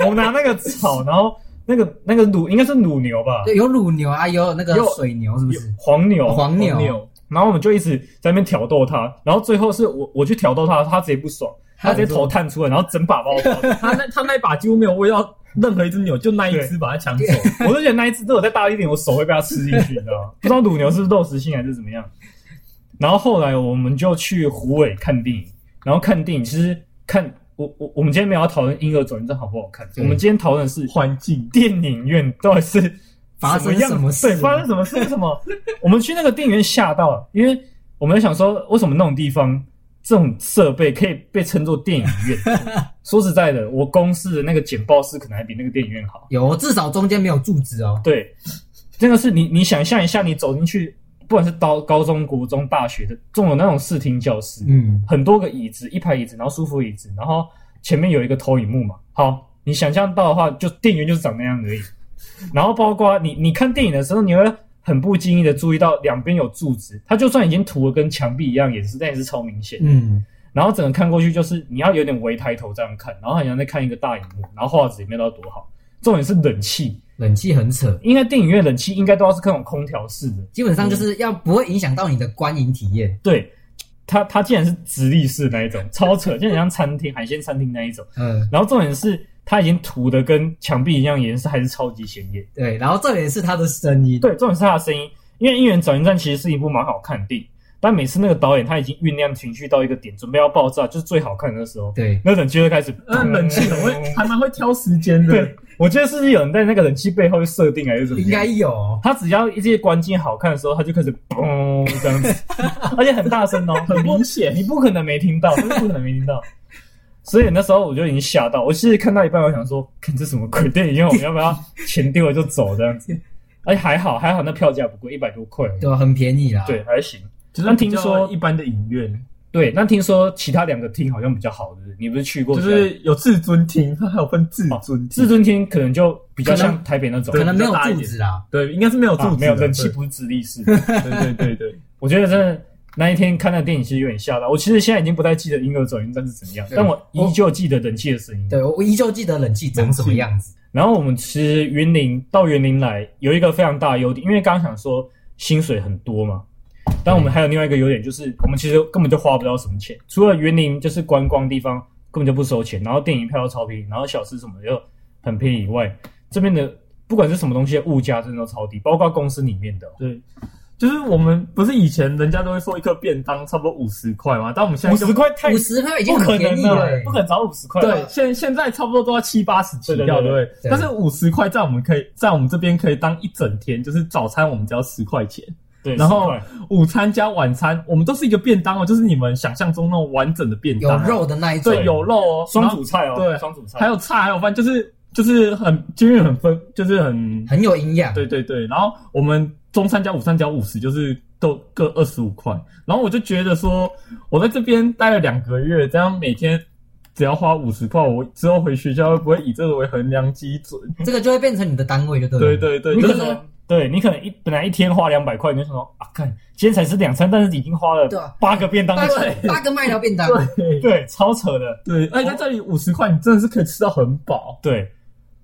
Speaker 1: 我们拿那个草，然后那个那个乳应该是乳牛吧，
Speaker 2: 对，有乳牛啊，有那个
Speaker 1: 有
Speaker 2: 水牛，是不
Speaker 1: 有
Speaker 2: 是？
Speaker 1: 黄牛，
Speaker 2: 黄牛
Speaker 3: 牛
Speaker 1: 然后我们就一直在那边挑逗他，然后最后是我我去挑逗他，他直接不爽，他直接头探出来，然后整把包。
Speaker 3: 他那他那把几乎没有味道，任何一只牛，就那一只把它抢 走。
Speaker 1: 我都觉得那一只如果再大一点，我手会被它吃进去，你知 道吗？不知道乳牛是不是肉食性还是怎么样。然后后来我们就去虎尾看电影，然后看电影其实看我我我们今天没有要讨论婴儿转运站好不好看，我
Speaker 2: 对
Speaker 1: 们今天讨论的是
Speaker 3: 环境
Speaker 1: 电影院到底是
Speaker 2: 发生
Speaker 1: 什
Speaker 2: 什
Speaker 1: 么
Speaker 2: 么
Speaker 1: 样
Speaker 2: 事
Speaker 1: 对，发生什么事？为什么我们去那个电影院吓到了？因为我们在想说，为什么那种地方这种设备可以被称作电影 院？说实在的，我公司的那个简报室可能还比那个电影院好。
Speaker 2: 有，至少中间没有柱子哦。
Speaker 1: 对，真的是你，你想象一下，你走进去，不管是高高中、国中、大学的，总有那种视听教室，
Speaker 2: 嗯，
Speaker 1: 很多个椅子，一排椅子，然后舒服椅子，然后前面有一个投影幕嘛。好，你想象到的话，就电源就是长那样而已。然后包括你，你看电影的时候，你会很不经意的注意到两边有柱子，它就算已经涂的跟墙壁一样，也是但也是超明显。
Speaker 2: 嗯，
Speaker 1: 然后整个看过去就是你要有点微抬头这样看，然后好像在看一个大荧幕，然后画质也没有到多好。重点是冷气，
Speaker 2: 冷气很扯，
Speaker 1: 应该电影院冷气应该都要是那种空调式的，
Speaker 2: 基本上就是
Speaker 1: 嗯
Speaker 2: 要不会影响到你的观影体验。
Speaker 1: 对。它它竟然是直立式那一种，超扯，就很像餐厅海鲜餐厅那一种。
Speaker 2: 嗯，
Speaker 1: 然后重点是它已经涂的跟墙壁一样颜色，还是超级鲜艳。
Speaker 2: 对。然后重点是它的声音，
Speaker 1: 对，重点是它的声音，因为《应援转运站》其实是一部蛮好看的电影，但每次那个导演他已经酝酿情绪到一个点，准备要爆炸，就是最好看的时候，
Speaker 2: 对，
Speaker 1: 那冷气就开始，嗯
Speaker 3: 那冷气很会，还蛮会挑时间的
Speaker 1: 对。，我觉得是不是有人在那个冷气背后设定还是怎么样？
Speaker 2: 应该有。
Speaker 1: 他只要一些关键好看的时候，他就开始嘣这样子，而且很大声哦，很明显，你不可能没听到，真的不可能没听到。所以那时候我就已经吓到，我其实看到一半，我想说，看这什么鬼电影院，我们要不要钱丢了就走这样子？而且还好，还好那票价不贵，一百多块而已，
Speaker 2: 对吧？啊很便宜啦。
Speaker 1: 对，，还行。
Speaker 3: 就是
Speaker 1: 但听
Speaker 3: 比较
Speaker 1: 说
Speaker 3: 一般的影院，
Speaker 1: 对，那听说其他两个厅好像比较好，对不对？你不是去过？
Speaker 3: 就是有至尊厅，它还有分至尊厅
Speaker 1: 至。哦尊厅可能就比较
Speaker 2: 可
Speaker 1: 像
Speaker 2: 能
Speaker 1: 台北那种，
Speaker 2: 可能没有
Speaker 3: 对比较大一
Speaker 2: 柱
Speaker 3: 点
Speaker 2: 子啦。
Speaker 3: 对，应该是没有柱
Speaker 1: 啊
Speaker 3: 子的，
Speaker 1: 没有冷气
Speaker 3: 对
Speaker 1: 不是直立式的，
Speaker 3: 对对对对，
Speaker 1: 我觉得真的那一天看那个电影其实有点吓到。我其实现在已经不太记得婴儿转运站是怎样，
Speaker 2: 对哦
Speaker 1: 但我依旧记得冷气的声音。
Speaker 2: 对，我依旧记得冷气长什么样子。
Speaker 1: 然后我们其实云林到云林来有一个非常大的优点，因为刚刚想说薪水很多嘛，但我们还有另外一个优点就是我们其实根本就花不到什么钱，除了云林就是观光地方根本就不收钱，然后电影票又超便宜，然后小吃什么的又很便宜以外，这边的不管是什么东西的物价真的都超低，包括公司里面的哦、
Speaker 3: 对，就是我们不是以前人家都会说一个便当差不多五十块嘛，但我们现
Speaker 1: 五
Speaker 3: 在就
Speaker 1: 十块太
Speaker 2: 五十块已经
Speaker 1: 不可
Speaker 2: 很
Speaker 1: 能
Speaker 2: 便宜了
Speaker 1: 了
Speaker 2: 欸，，
Speaker 1: 不可能找五十块。
Speaker 3: 对，现现在差不多都要七八十起
Speaker 1: 对
Speaker 3: 跳，对
Speaker 1: 对对
Speaker 3: 不
Speaker 2: 对
Speaker 3: 对？但是五十块在我们可以在我们这边可以当一整天，就是早餐我们只要十块钱，
Speaker 1: 对，
Speaker 3: 然
Speaker 1: 10
Speaker 3: 后
Speaker 1: 块
Speaker 3: 午餐加晚餐我们都是一个便当哦，就是你们想象中那种完整的便
Speaker 2: 有
Speaker 3: 当，啊
Speaker 2: 肉的那一种。
Speaker 3: 对，有肉哦，
Speaker 1: 双
Speaker 3: 然后
Speaker 1: 主菜哦，
Speaker 3: 对
Speaker 1: 双主菜，
Speaker 3: 还有菜还有饭，就是就是很均匀很分，就是很
Speaker 2: 很有营养。
Speaker 3: 对对对，然后我们中餐加午餐加五十，就是都各二十五块。然后我就觉得说，我在这边待了两个月，这样每天只要花五十块，我之后回学校会不会以这个为衡量基准？
Speaker 2: 这个就会变成你的单位，就对了。
Speaker 3: 对对对，
Speaker 1: 嗯你
Speaker 3: 就
Speaker 1: 可
Speaker 3: 是
Speaker 1: 能对你可能一本来一天花两百块，你就想说啊，看今天才吃两餐，但是已经花了
Speaker 2: 对啊
Speaker 1: 八个便当
Speaker 2: 八
Speaker 1: 的
Speaker 2: 个
Speaker 1: 钱，
Speaker 2: 八个麦当便当，
Speaker 3: 对
Speaker 1: 对，超扯的。
Speaker 3: 对，而且在这里五十块，你真的是可以吃到很饱。
Speaker 1: 对，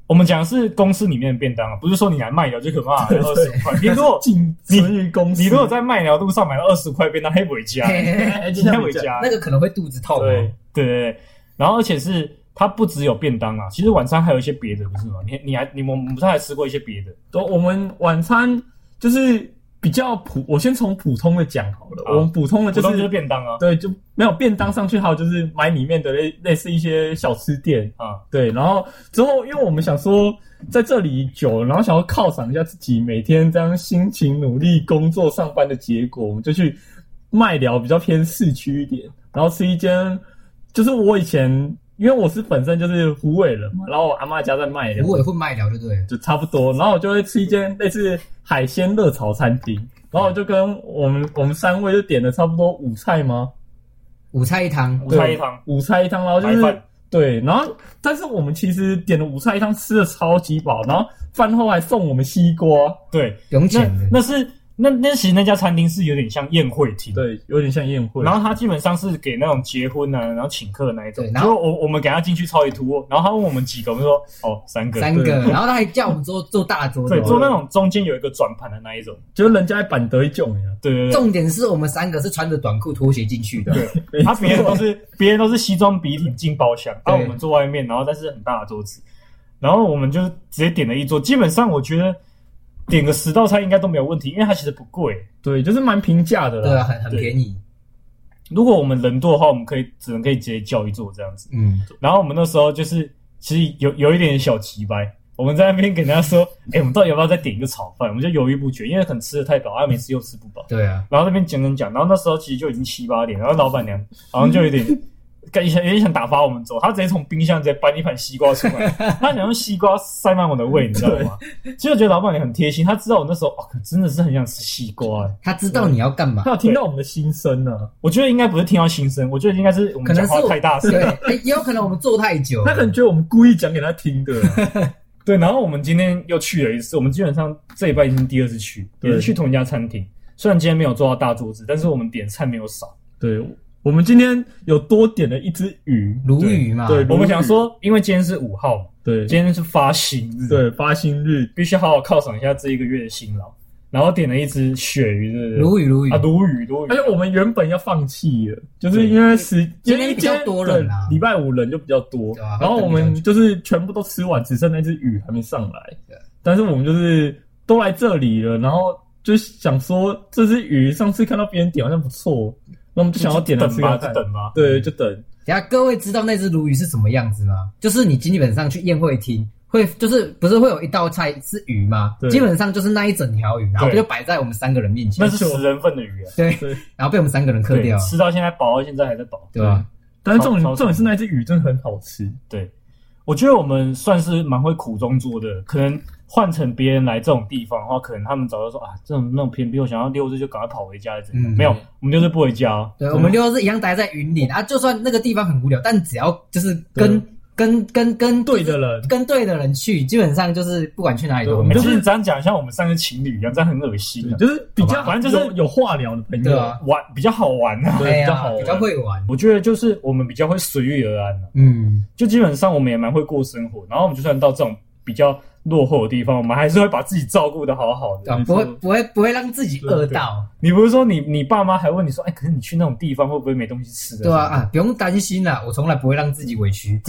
Speaker 1: 我们讲的是公司里面的便当啊，不是说你来卖掉就可怕
Speaker 3: 对对
Speaker 1: 二十块。你如 果
Speaker 3: 仅存于公司，
Speaker 1: 你如果在麦寮路上买到二十块便当，黑回家，
Speaker 2: 嘿嘿嘿
Speaker 3: 哎
Speaker 1: 今
Speaker 3: 今天
Speaker 1: 天
Speaker 3: 回
Speaker 1: 回
Speaker 3: 家，
Speaker 1: 家。
Speaker 2: 那个可能会肚子痛哦。
Speaker 3: 对
Speaker 1: 对对对，然后而且是它不只有便当啊，其实晚餐还有一些别的，不是吗？你你还你们我们不是还吃过一些别的？
Speaker 3: 都我们晚餐就是比较普，我先从普通的讲好了。
Speaker 1: 好
Speaker 3: 我们普通的
Speaker 1: 普
Speaker 3: 就
Speaker 1: 通
Speaker 3: 是
Speaker 1: 就是便当啊
Speaker 3: 对，就没有便当上去，还有就是买里面的类类似一些小吃店，
Speaker 1: 啊，
Speaker 3: 对。然后之后，因为我们想说在这里久了，然后想要犒赏一下自己每天这样辛勤努力工作上班的结果，我们就去麦寮比较偏市区一点，然后吃一间，就是我以前因为我是本身就是虎尾人嘛，然后我阿妈家在麦寮
Speaker 2: 无，尾混麦聊就对了。
Speaker 3: 就差不多。然后我就会吃一间类似海鲜热炒餐厅，然后我就跟我们我们三位就点了差不多五菜吗？
Speaker 2: 五菜一汤，
Speaker 1: 午餐一汤，
Speaker 3: 五菜一汤，然后就
Speaker 1: 白
Speaker 3: 是
Speaker 1: 饭
Speaker 3: 对，然后但是我们其实点了五菜一汤，吃的超级饱，然后饭后还送我们西瓜，
Speaker 1: 对，
Speaker 2: 不用
Speaker 1: 那
Speaker 2: 钱的。
Speaker 1: 那是那那其实那家餐厅是有点像宴会厅，。
Speaker 3: 对，有点像宴会。
Speaker 1: 然后他基本上是给那种结婚啊，然后请客的那一种。
Speaker 2: 对
Speaker 1: 然
Speaker 2: 然
Speaker 1: 后
Speaker 2: 后
Speaker 1: 我我们给他进去超级突兀，然后他问我们几个，我们说哦三个，
Speaker 2: 三个，然后他还叫我们做做大桌的
Speaker 1: 对，
Speaker 2: 哦。
Speaker 1: 做那种中间有一个转盘的那一种。
Speaker 3: 就是人家在板德一囧呀，
Speaker 1: 对对对
Speaker 2: 重点是我们三个是穿着短裤拖鞋进去的，
Speaker 1: 对，啊他别人都是别人都是西装笔挺进包厢，啊
Speaker 2: 对
Speaker 1: 然后我们坐外面，然后但是很大的桌子。然后我们就直接点了一桌，基本上我觉得点个十道菜应该都没有问题，因为它其实不贵。
Speaker 3: 对，就是蛮平价的
Speaker 2: 对啊，
Speaker 3: 啦。
Speaker 2: 很很
Speaker 1: 对
Speaker 2: 便宜，
Speaker 1: 如果我们人多的话，我们可以只能可以直接叫一桌这样子。
Speaker 2: 嗯，
Speaker 1: 然后我们那时候就是其实有有一点小急掰，我们在那边跟人家说，哎、我们到底要不要再点一个炒饭？我们就犹豫不决，因为可能吃的太饱，啊，每次又吃不饱。
Speaker 2: 对啊，
Speaker 1: 然后那边讲讲讲，然后那时候其实就已经七八点，然后老板娘好像就有点 感想，有点想打发我们走，她直接从冰箱直接搬一盘西瓜出来，她想用西瓜塞满我的胃，你知道吗？其实我觉得老板娘很贴心，她知道我那时候哦，真的是很想吃西瓜、哎
Speaker 2: 他知道你要干嘛
Speaker 3: 他，有听到我们的心声啊呢，
Speaker 1: 我觉得应该不是听到心声，我觉得应该是我
Speaker 2: 可
Speaker 1: 们
Speaker 2: 能
Speaker 1: 讲
Speaker 2: 是
Speaker 1: 话
Speaker 2: 我
Speaker 1: 太大声
Speaker 2: 对，，哎也有可能我们做太久了，
Speaker 3: 他可能觉得我们故意讲给他听的啊。
Speaker 1: 对，然后我们今天又去了一次，我们基本上这一拜已经第二次去，也
Speaker 3: 对
Speaker 1: 是去同一家餐厅。虽然今天没有做到大桌子，但是我们点菜没有少。
Speaker 3: 对，我们今天有多点了一只鱼，
Speaker 2: 鲈鱼嘛，
Speaker 3: 对
Speaker 1: 我们想说，因为今天是五号嘛，
Speaker 3: 对
Speaker 1: 今天是发薪日，，
Speaker 3: 对，发薪日，
Speaker 1: 必须好好犒赏一下这一个月的辛劳。然后点了一只鳕鱼，对不对？
Speaker 2: 鲈鱼鲈鱼
Speaker 1: 啊，鲈鱼，鲈鱼。
Speaker 3: 而且哎我们原本要放弃了，就是
Speaker 1: 对
Speaker 3: 因为时
Speaker 2: 今
Speaker 3: 因为
Speaker 2: 天比较多人啊
Speaker 3: 对礼拜五人就比较多，
Speaker 2: 对啊
Speaker 3: 然后我
Speaker 2: 他等
Speaker 3: 们
Speaker 2: 比较
Speaker 3: 就是全部都吃完，只剩那只鱼还没上来
Speaker 2: 对。
Speaker 3: 但是我们就是都来这里了，然后就想说这只鱼上次看到别人点好像不错，那我们就想要点来
Speaker 1: 等
Speaker 3: 吃
Speaker 1: 吧，
Speaker 3: 看
Speaker 1: 就
Speaker 3: 看。
Speaker 1: 等吧。
Speaker 3: 对，就等。
Speaker 2: 等下各位知道那只鲈鱼是什么样子吗？就是你基本上去宴会厅。会就是不是会有一道菜是鱼吗？
Speaker 3: 对
Speaker 2: 基本上就是那一整条鱼，然后
Speaker 1: 对
Speaker 2: 就摆在我们三个人面前
Speaker 1: 那，是十人份的鱼、啊，
Speaker 2: 对
Speaker 3: 对，
Speaker 2: 然后被我们三个人嗑掉，
Speaker 1: 吃到现在饱，现在还在饱。
Speaker 2: 啊对吧？
Speaker 3: 但是重点
Speaker 1: 超超
Speaker 3: 重点是那只鱼真的很好吃，
Speaker 1: 对，我觉得我们算是蛮会苦中作乐的。可能换成别人来这种地方的话，可能他们早就说啊，这种那种偏僻，我想要溜着就赶快跑回家，怎样？
Speaker 2: 嗯
Speaker 1: 没有，我们就是不回家、哦。
Speaker 2: 对，我们就是一样待在云林啊，就算那个地方很无聊，但只要就是跟跟跟跟
Speaker 3: 对的人，
Speaker 2: 跟对的人去，基本上就是不管去哪里
Speaker 3: 对
Speaker 2: 都
Speaker 3: 我
Speaker 1: 我们
Speaker 2: 很
Speaker 1: 就
Speaker 2: 好
Speaker 1: 是这样讲，像我们三个情侣一样，这样很恶心、啊，
Speaker 3: 就是比
Speaker 1: 好
Speaker 3: 较
Speaker 1: 吧反正就是
Speaker 3: 有有话聊的朋友
Speaker 2: 对啊
Speaker 1: 玩比较好玩啊。
Speaker 3: 对
Speaker 2: 哎
Speaker 3: 比较好
Speaker 2: 呀，
Speaker 3: 玩
Speaker 2: 比较会玩，
Speaker 1: 我觉得就是我们比较会随遇而安、啊、
Speaker 2: 嗯，
Speaker 1: 就基本上我们也蛮会过生活，然后我们就算到这种比较落后的地方，我们还是会把自己照顾的好好的。
Speaker 2: 对吧
Speaker 3: 没
Speaker 2: 啊不
Speaker 3: 错
Speaker 2: 会不会不会让自己饿到，
Speaker 1: 你不是说你你爸妈还问你说，哎，可是你去那种地方会不会没东西吃？
Speaker 2: 对啊，啊，不用担心啦，我从来不会让自己委屈，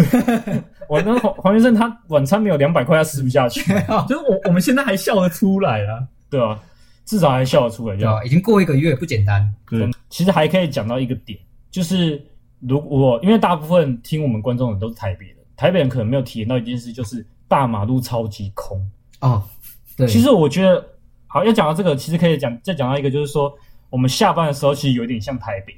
Speaker 1: 我那黄黄先生他晚餐没有两百块，他吃不下 去，
Speaker 3: 就是我我们现在还笑得出来啊。
Speaker 1: 对啊，至少还笑得出来
Speaker 2: 对
Speaker 1: 就
Speaker 2: 啊
Speaker 1: 好。
Speaker 2: 吧？已经过一个月，不简单，
Speaker 3: 对，
Speaker 1: 其实还可以讲到一个点，就是如果因为大部分听我们观众的都是台北人，台北人可能没有体验到一件事，就是大马路超级空。
Speaker 2: 哦，对，
Speaker 1: 其实我觉得，好要讲到这个，其实可以讲再讲到一个，就是说我们下班的时候其实有点像台北，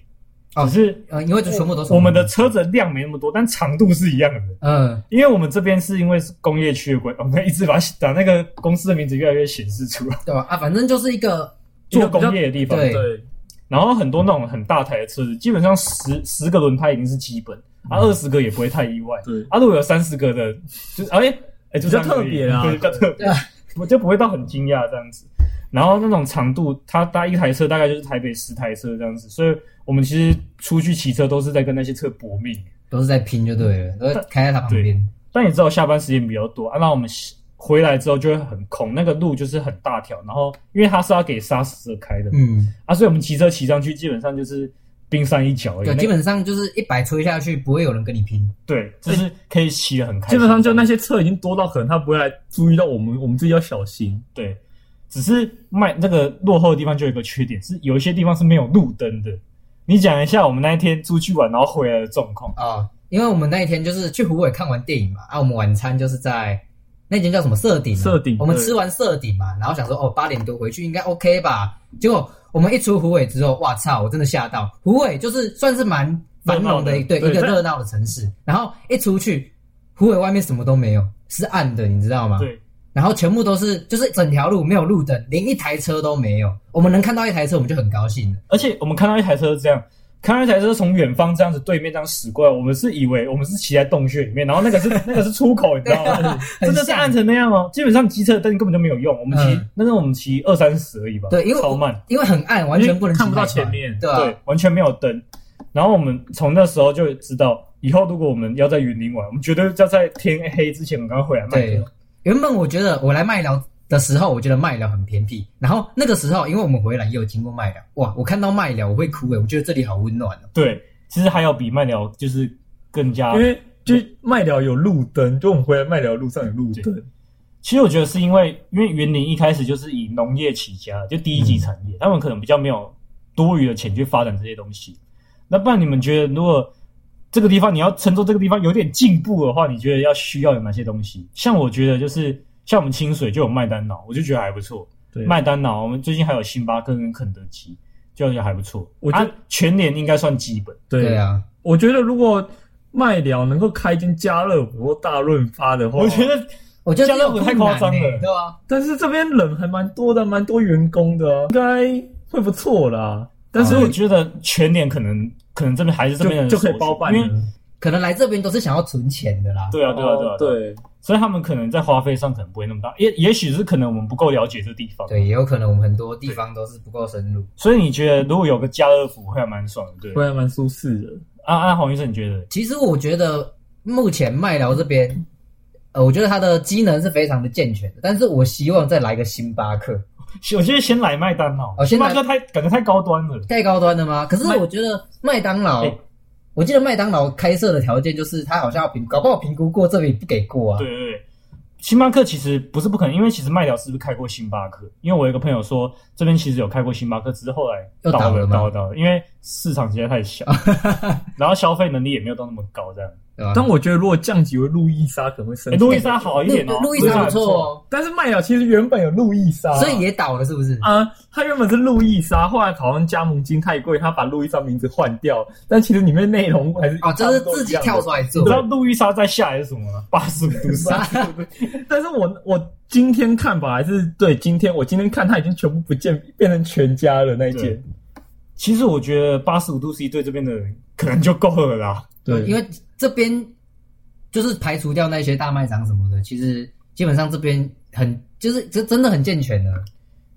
Speaker 2: 哦
Speaker 1: 只是
Speaker 2: 呃，因为这全部都是
Speaker 1: 我们的，车子量没那么多，但长度是一样的。
Speaker 2: 嗯，
Speaker 1: 因为我们这边是因为是工业区的关，我们一直把把那个公司的名字越来越显示出来。
Speaker 2: 对吧？啊，反正就是一个，
Speaker 1: 做
Speaker 3: 做比较
Speaker 1: 工业的地方，
Speaker 2: 对
Speaker 3: 对，
Speaker 1: 然后很多那种很大台的车子，基本上十十个轮胎已经是基本，
Speaker 3: 嗯
Speaker 1: 啊，二十个也不会太意外，
Speaker 3: 对
Speaker 1: 啊，如果有三十个的，就是哎哎，就
Speaker 3: 比较特别
Speaker 1: 啊，
Speaker 3: 啊
Speaker 1: 对，比较特别
Speaker 2: 对啊，
Speaker 1: 我就不会到很惊讶这样子。然后那种长度，它搭一台车大概就是台北十台车这样子，所以我们其实出去骑车都是在跟那些车搏命。
Speaker 2: 都是在拼就对了，都是开在他旁边，
Speaker 1: 但也知道下班时间比较多，啊，那我们回来之后就会很空，那个路就是很大条，然后因为它是要给砂石车开的嘛，
Speaker 2: 嗯，
Speaker 1: 啊，所以我们骑车骑上去，基本上就是冰山一角而已。
Speaker 2: 对，
Speaker 1: 那
Speaker 2: 基本上就是一百吹下去，不会有人跟你拼，
Speaker 1: 对，就是可以骑得很开
Speaker 3: 基
Speaker 1: 心。
Speaker 3: 本上就那些车已经多到可能他不会来注意到我们，我们自己要小心。
Speaker 1: 对，只是卖那个落后的地方就有一个缺点，是有一些地方是没有路灯的。你讲一下我们那一天出去玩然后回来的状况。
Speaker 2: 哦，因为我们那一天就是去湖尾看完电影嘛，啊，我们晚餐就是在那间叫什么社顶嘛，
Speaker 3: 社顶
Speaker 2: 我们
Speaker 3: 对
Speaker 2: 吃完社顶嘛，然后想说哦八点多回去应该 OK 吧，结果我们一出湖尾之后，哇操，我真的吓到，湖尾就是算是蛮繁荣的一
Speaker 3: 热闹的
Speaker 2: 对
Speaker 3: 对
Speaker 2: 一个
Speaker 3: 在
Speaker 2: 热闹的城市，然后一出去，湖尾外面什么都没有，是暗的，你知道吗？
Speaker 1: 对，
Speaker 2: 然后全部都是就是整条路没有路灯，连一台车都没有，我们能看到一台车我们就很高兴了，
Speaker 1: 而且我们看到一台车是这样，看到一台车从远方这样子对面这样驶过来，我们是以为我们是骑在洞穴里面，然后那个是那个是出口，你知道吗？
Speaker 2: 很
Speaker 1: 真的是
Speaker 2: 像
Speaker 1: 暗成那样哦。基本上机车的灯根本就没有用，我们骑、
Speaker 2: 嗯
Speaker 1: 那时候我们骑二三十而已吧，
Speaker 2: 对，因为
Speaker 1: 超慢。
Speaker 2: 因为很暗，完全不能
Speaker 3: 因为看不到
Speaker 2: 骑太快
Speaker 3: 前面
Speaker 2: 对啊
Speaker 1: 对，完全没有灯。然后我们从那时候就知道，以后如果我们要在云林玩，我们绝对要在天黑之前我们赶快回来卖
Speaker 2: 对
Speaker 1: 掉。，
Speaker 2: 原本我觉得我来麦寮的时候，我觉得麦寮很偏僻。然后那个时候，因为我们回来也有经过麦寮，哇，我看到麦寮我会哭诶、我觉得这里好温暖哦、
Speaker 1: 对，其实还有比麦寮就是更加
Speaker 3: 因为就麦寮有路灯，就我们回来麦寮路上有路灯，
Speaker 1: 其实我觉得是因为，因为云林一开始就是以农业起家，就第一级产业，他们可能比较没有多余的钱去发展这些东西。那不然你们觉得，如果这个地方你要乘坐这个地方有点进步的话，你觉得要需要有哪些东西？像我觉得就是像我们清水就有麦当劳，我就觉得还不错。
Speaker 3: 对，
Speaker 1: 麦当劳，我们最近还有星巴克跟肯德基，就觉得还不错。
Speaker 3: 我觉
Speaker 1: 啊
Speaker 3: 得，
Speaker 1: 全年应该算基本。
Speaker 2: 对啊，
Speaker 3: 我觉得如果麦寮能够开一间家乐福或大润发的话，
Speaker 1: 我觉得
Speaker 2: 我觉得
Speaker 1: 家乐福
Speaker 2: 这个
Speaker 1: 太
Speaker 2: 困难
Speaker 1: 夸张
Speaker 2: 欸
Speaker 1: 了
Speaker 2: 对啊，
Speaker 3: 但是这边人还蛮多的，蛮多员工的、啊，应该会不错啦。但是
Speaker 2: 啊
Speaker 1: 所以我觉得全年可能可能这边还是这边
Speaker 3: 就
Speaker 1: 人
Speaker 3: 就可
Speaker 1: 首
Speaker 3: 以
Speaker 1: 选
Speaker 3: 包办
Speaker 1: 因
Speaker 3: 了
Speaker 1: 为。
Speaker 2: 可能来这边都是想要存钱的啦。
Speaker 1: 对啊，对啊，对
Speaker 3: 哦
Speaker 1: 啊，对啊。
Speaker 3: 对，
Speaker 1: 所以他们可能在花费上可能不会那么大，也也许是可能我们不够了解这地方。，
Speaker 2: 对，也有可能我们很多地方都是不够深入。
Speaker 1: 所以你觉得如果有个家乐福会还蛮爽的，
Speaker 3: 回
Speaker 1: 对？
Speaker 3: 来蛮舒适的。
Speaker 1: 啊啊，黄医生，你觉得？
Speaker 2: 其实我觉得目前麦寮这边，呃，我觉得它的机能是非常的健全的，但是我希望再来个星巴克，
Speaker 1: 我觉得先来麦当劳，
Speaker 2: 哦先来
Speaker 1: 麦当劳太感觉太高端了。
Speaker 2: 太高端了吗？可是
Speaker 1: 麦
Speaker 2: 我觉得麦当劳，
Speaker 1: 哎
Speaker 2: 我记得麦当劳开设的条件就是它好像要评，搞不好评估过这里不给过啊
Speaker 1: 对。对对，星巴克其实不是不可能，因为其实麦寮是不是开过星巴克？因为我有一个朋友说，这边其实有开过星巴克，只是后来
Speaker 2: 又
Speaker 1: 倒
Speaker 2: 倒了吗
Speaker 1: 倒了倒了，因为市场实在太 小，然后消费能力也没有到那么高，这样。
Speaker 2: 对吧
Speaker 3: 但我觉得如果降级为路易莎可能会升
Speaker 1: 哎，
Speaker 3: 级。
Speaker 1: 路易莎好一点哦，
Speaker 2: 路易
Speaker 3: 啊
Speaker 2: 莎不错哦，
Speaker 3: 但是麦寮其实原本有路易莎，
Speaker 2: 所以也倒了是不是？
Speaker 3: 啊、他原本是路易莎，后来好像加盟金太贵，他把路易莎名字换掉，但其实里面内容还是
Speaker 2: 哦，这是自己跳出
Speaker 3: 来。
Speaker 2: 来
Speaker 1: 你
Speaker 2: 做
Speaker 1: 知。道路易莎再下来是什么吗？八十五度 C。
Speaker 3: 但是我我今天看吧，还是对今天我今天看他已经全部不见，变成全家了那一件
Speaker 1: 对。其实我觉得八十五度 C 对这边的人可能就够了啦。
Speaker 3: 对，
Speaker 2: 因为这边就是排除掉那些大卖场什么的，其实基本上这边很就是这真的很健全的。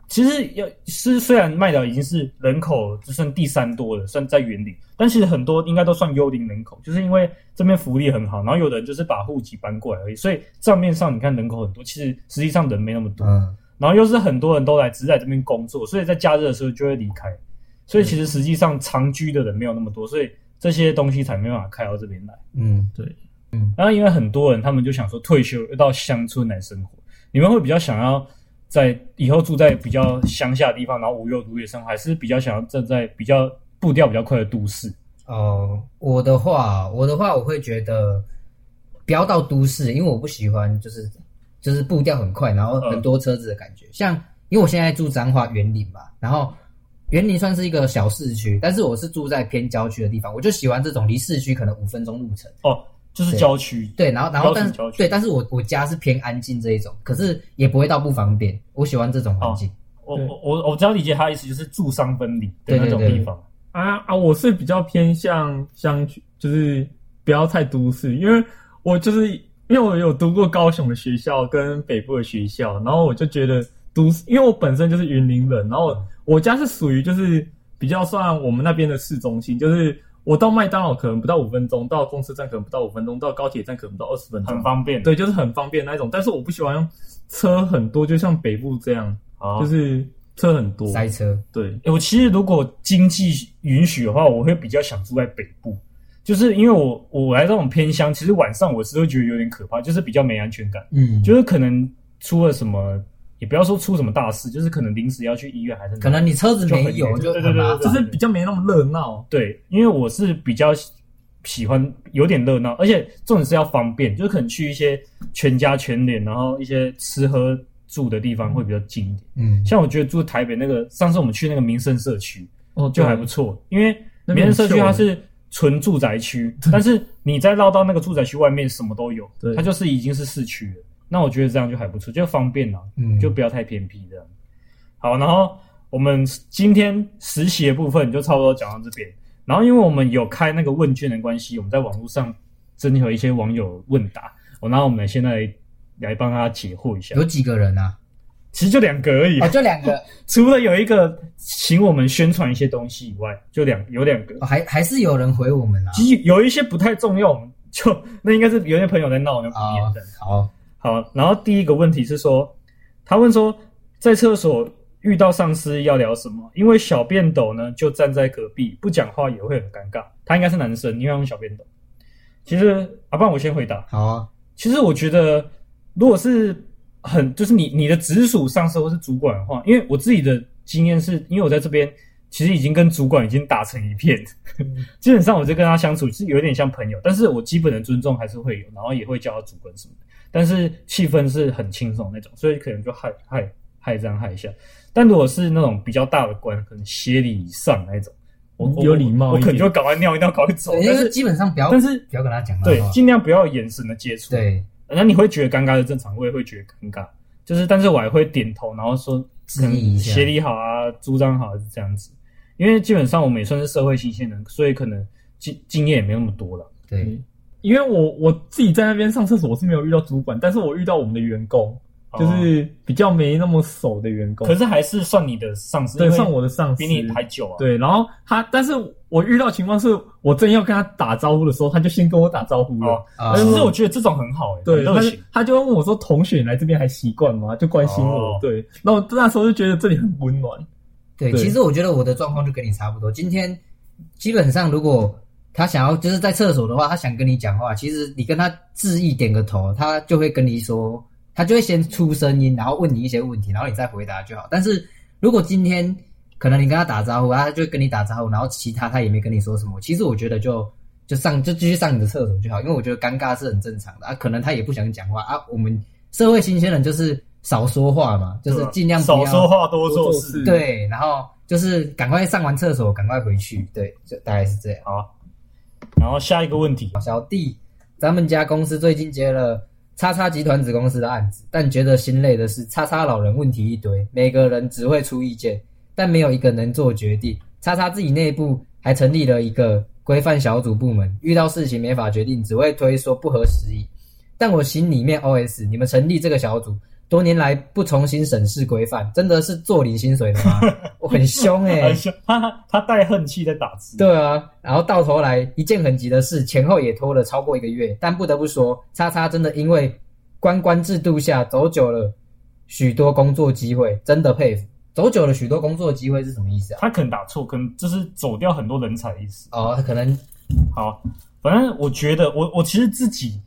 Speaker 1: 其实要是虽然麦寮已经是人口只剩第三多了，算在园林，但其实很多应该都算幽灵人口，就是因为这边福利很好，然后有的人就是把户籍搬过来而已，所以账面上你看人口很多，其实实际上人没那么多，
Speaker 2: 嗯，
Speaker 1: 然后又是很多人都来只是来这边工作，所以在假日的时候就会离开，所以其实实际上长居的人没有那么多，所以这些东西才没办法开到这边来。
Speaker 2: 嗯，
Speaker 1: 然后因为很多人他们就想说退休又到乡村来生活，你们会比较想要在以后住在比较乡下的地方，然后无忧无虑的生活，还是比较想要站在比较步调比较快的都市？
Speaker 2: 哦，我的话，我的话，我会觉得不要到都市，因为我不喜欢就是就是步调很快，然后很多车子的感觉。像因为我现在住彰化园林嘛，然后园林算是一个小市区，但是我是住在偏郊区的地方，我就喜欢这种离市区可能五分钟路程。
Speaker 1: 哦，就是郊区。
Speaker 2: 对，然后然后
Speaker 1: 高级
Speaker 2: 但
Speaker 1: 郊区
Speaker 2: 对，但是我我家是偏安静这一种，可是也不会到不方便，我喜欢这种环境。
Speaker 1: 我
Speaker 3: 对
Speaker 1: 我我我只要理解他的意思，就是住商分离的那种
Speaker 2: 对对对
Speaker 1: 地方。
Speaker 3: 啊啊，我是比较偏向乡区，就是不要太都市，因为我就是因为我有读过高雄的学校跟北部的学校，然后我就觉得都市，因为我本身就是云林人，然后我家是属于就是比较算我们那边的市中心，就是我到麦当劳可能不到五分钟，到公车站可能不到五分钟，到高铁站可能不到二十分
Speaker 1: 很
Speaker 3: 钟，
Speaker 1: 方便。，
Speaker 3: 对，就是很方便那一种。但是我不喜欢车很多，就像北部这样，
Speaker 1: 好，
Speaker 3: 就
Speaker 1: 就是、哎
Speaker 3: 是车很多，
Speaker 2: 塞车，
Speaker 3: 对。
Speaker 1: 我其实如果经济允许的话，我会比较想住在北部，就是因为我我来这种偏乡，其实晚上我是会觉得有点可怕，就是比较没安全感。
Speaker 2: 嗯，
Speaker 1: 就是可能出了什么，也不要说出什么大事，就是可能临时要去医院还是哪
Speaker 2: 可能你车子没有
Speaker 1: 就
Speaker 2: 就
Speaker 1: 很
Speaker 2: 很麻
Speaker 1: 对对
Speaker 3: 就
Speaker 1: 对对
Speaker 2: 烦。
Speaker 3: 是比较没那么热闹，
Speaker 1: 对，因为我是比较喜欢有点热闹，而且重点是要方便，就是可能去一些全家全脸，然后一些吃喝住的地方会比较近一点。
Speaker 2: 嗯，
Speaker 1: 像我觉得住台北那个，上次我们去那个民生社区
Speaker 3: 哦，
Speaker 1: 就还不错，因为
Speaker 3: 那
Speaker 1: 民
Speaker 3: 边
Speaker 1: 生
Speaker 3: 很
Speaker 1: 社区它
Speaker 3: 秀
Speaker 1: 是纯住宅 区，但是你再绕到那个住宅区外面什么都有
Speaker 3: 对，
Speaker 1: 它就是已经是市区了。那我觉得这样就还不错，就方便啦。
Speaker 2: 嗯
Speaker 1: 就不要太偏僻这样。好，然后我们今天实习的部分就差不多讲到这边。然后因为我们有开那个问卷的关系，我们在网络上征求一些网友问答，哦，然后我们现在来帮他解惑一下
Speaker 2: 有。几个人啊？
Speaker 1: 其实就两个而已，
Speaker 2: 哦，就两个，
Speaker 1: 除了有一个请我们宣传一些东西以外，就两有两个。
Speaker 2: 哦、还还是有人回我们啊。
Speaker 1: 其实有一些不太重要，我们就那应该是有些朋友在闹，我们就不念
Speaker 2: 哦
Speaker 1: 这样。，
Speaker 2: 好，
Speaker 1: 好，啊然后第一个问题是说，他问说，在厕所遇到上司要聊什么？因为小便斗呢就站在隔壁，不讲话也会很尴尬。他应该是男生，因为他用小便斗。其实阿爸，不然我先回答。
Speaker 2: 好啊，
Speaker 1: 其实我觉得，如果是很就是你你的直属上司或是主管的话，因为我自己的经验是，因为我在这边其实已经跟主管已经打成一片， 基本上我就跟他相处是有点像朋友，但是我基本的尊重还是会有，然后也会叫他主管什么的，但是气氛是很轻松的那种，所以可能就嗨嗨嗨这样嗨一下。但如果是那种比较大的官，可能协理以上那种，我我
Speaker 3: 有礼貌
Speaker 1: 我
Speaker 3: 一
Speaker 1: 可能
Speaker 3: 点
Speaker 1: 就赶快尿一尿，赶快走。
Speaker 2: 对，因
Speaker 1: 但
Speaker 2: 为
Speaker 1: 是
Speaker 2: 基本上不要
Speaker 1: 但是
Speaker 2: 不要啊跟他讲
Speaker 1: 对
Speaker 2: 到话，
Speaker 1: 尽量不要有眼神的接触。
Speaker 2: 对，
Speaker 1: 那你会觉得尴尬的正常，我也会觉得尴尬，就是但是我还会点头，然后说
Speaker 2: 致意一下
Speaker 1: 协理好啊，主张好、啊、这样子，因为基本上我们也算是社会新鲜人，所以可能经经验也没那么多了。
Speaker 2: 对，
Speaker 3: 嗯因为我我自己在那边上厕所，我是没有遇到主管，但是我遇到我们的员工，就是比较没那么熟的员工，
Speaker 1: 哦可是还是算你的上司，
Speaker 3: 对
Speaker 1: 因为
Speaker 3: 算我的上司，
Speaker 1: 比你还久啊。，
Speaker 3: 对，然后他，但是我遇到情况是我正要跟他打招呼的时候，他就先跟我打招呼了。
Speaker 1: 哦，
Speaker 2: 啊
Speaker 1: 但是我觉得这种很好、欸，
Speaker 3: 对，
Speaker 1: 很热
Speaker 3: 他就
Speaker 1: 情。
Speaker 3: 他就问我说：“同学，你来这边还习惯吗？”就关心我。
Speaker 1: 哦
Speaker 3: 对，那我那时候就觉得这里很温暖。
Speaker 2: 对，
Speaker 3: 对
Speaker 2: 其实我觉得我的状况就跟你差不多。今天基本上，如果他想要就是在厕所的话，他想跟你讲话，其实你跟他致意点个头，他就会跟你说，他就会先出声音，然后问你一些问题，然后你再回答就好。但是如果今天可能你跟他打招呼，他就会跟你打招呼，然后其他他也没跟你说什么，其实我觉得就。就上就继续上你的厕所就好，因为我觉得尴尬是很正常的啊。可能他也不想讲话啊。我们社会新鲜人就是少说话嘛，就是尽量不要
Speaker 1: 啊少说话多做
Speaker 3: 做
Speaker 1: 事
Speaker 3: 事。
Speaker 2: 对，然后就是赶快上完厕所，赶快回去。对，就大概是这样。
Speaker 1: 好，然后下一个问题，啊
Speaker 2: 小弟，咱们家公司最近接了叉叉集团子公司的案子，但觉得心累的是，叉叉老人问题一堆，每个人只会出意见，但没有一个能做决定。叉叉自己内部还成立了一个规范小组部门，遇到事情没法决定，只会推说不合时宜。但我心里面 OS：你们成立这个小组。多年来不重新审视规范，真的是坐领薪水的吗？我很凶哎、
Speaker 1: 哎他他带恨气在打字。
Speaker 2: 对啊，然后到头来一件很急的事，前后也拖了超过一个月。但不得不说，叉叉真的因为关关制度下走久了许多工作机会，真的佩服。走久了许多工作机会是什么意思啊？
Speaker 1: 他可能打错，可能就是走掉很多人才的意思。
Speaker 2: 哦，可能
Speaker 1: 好，反正我觉得我我其实自己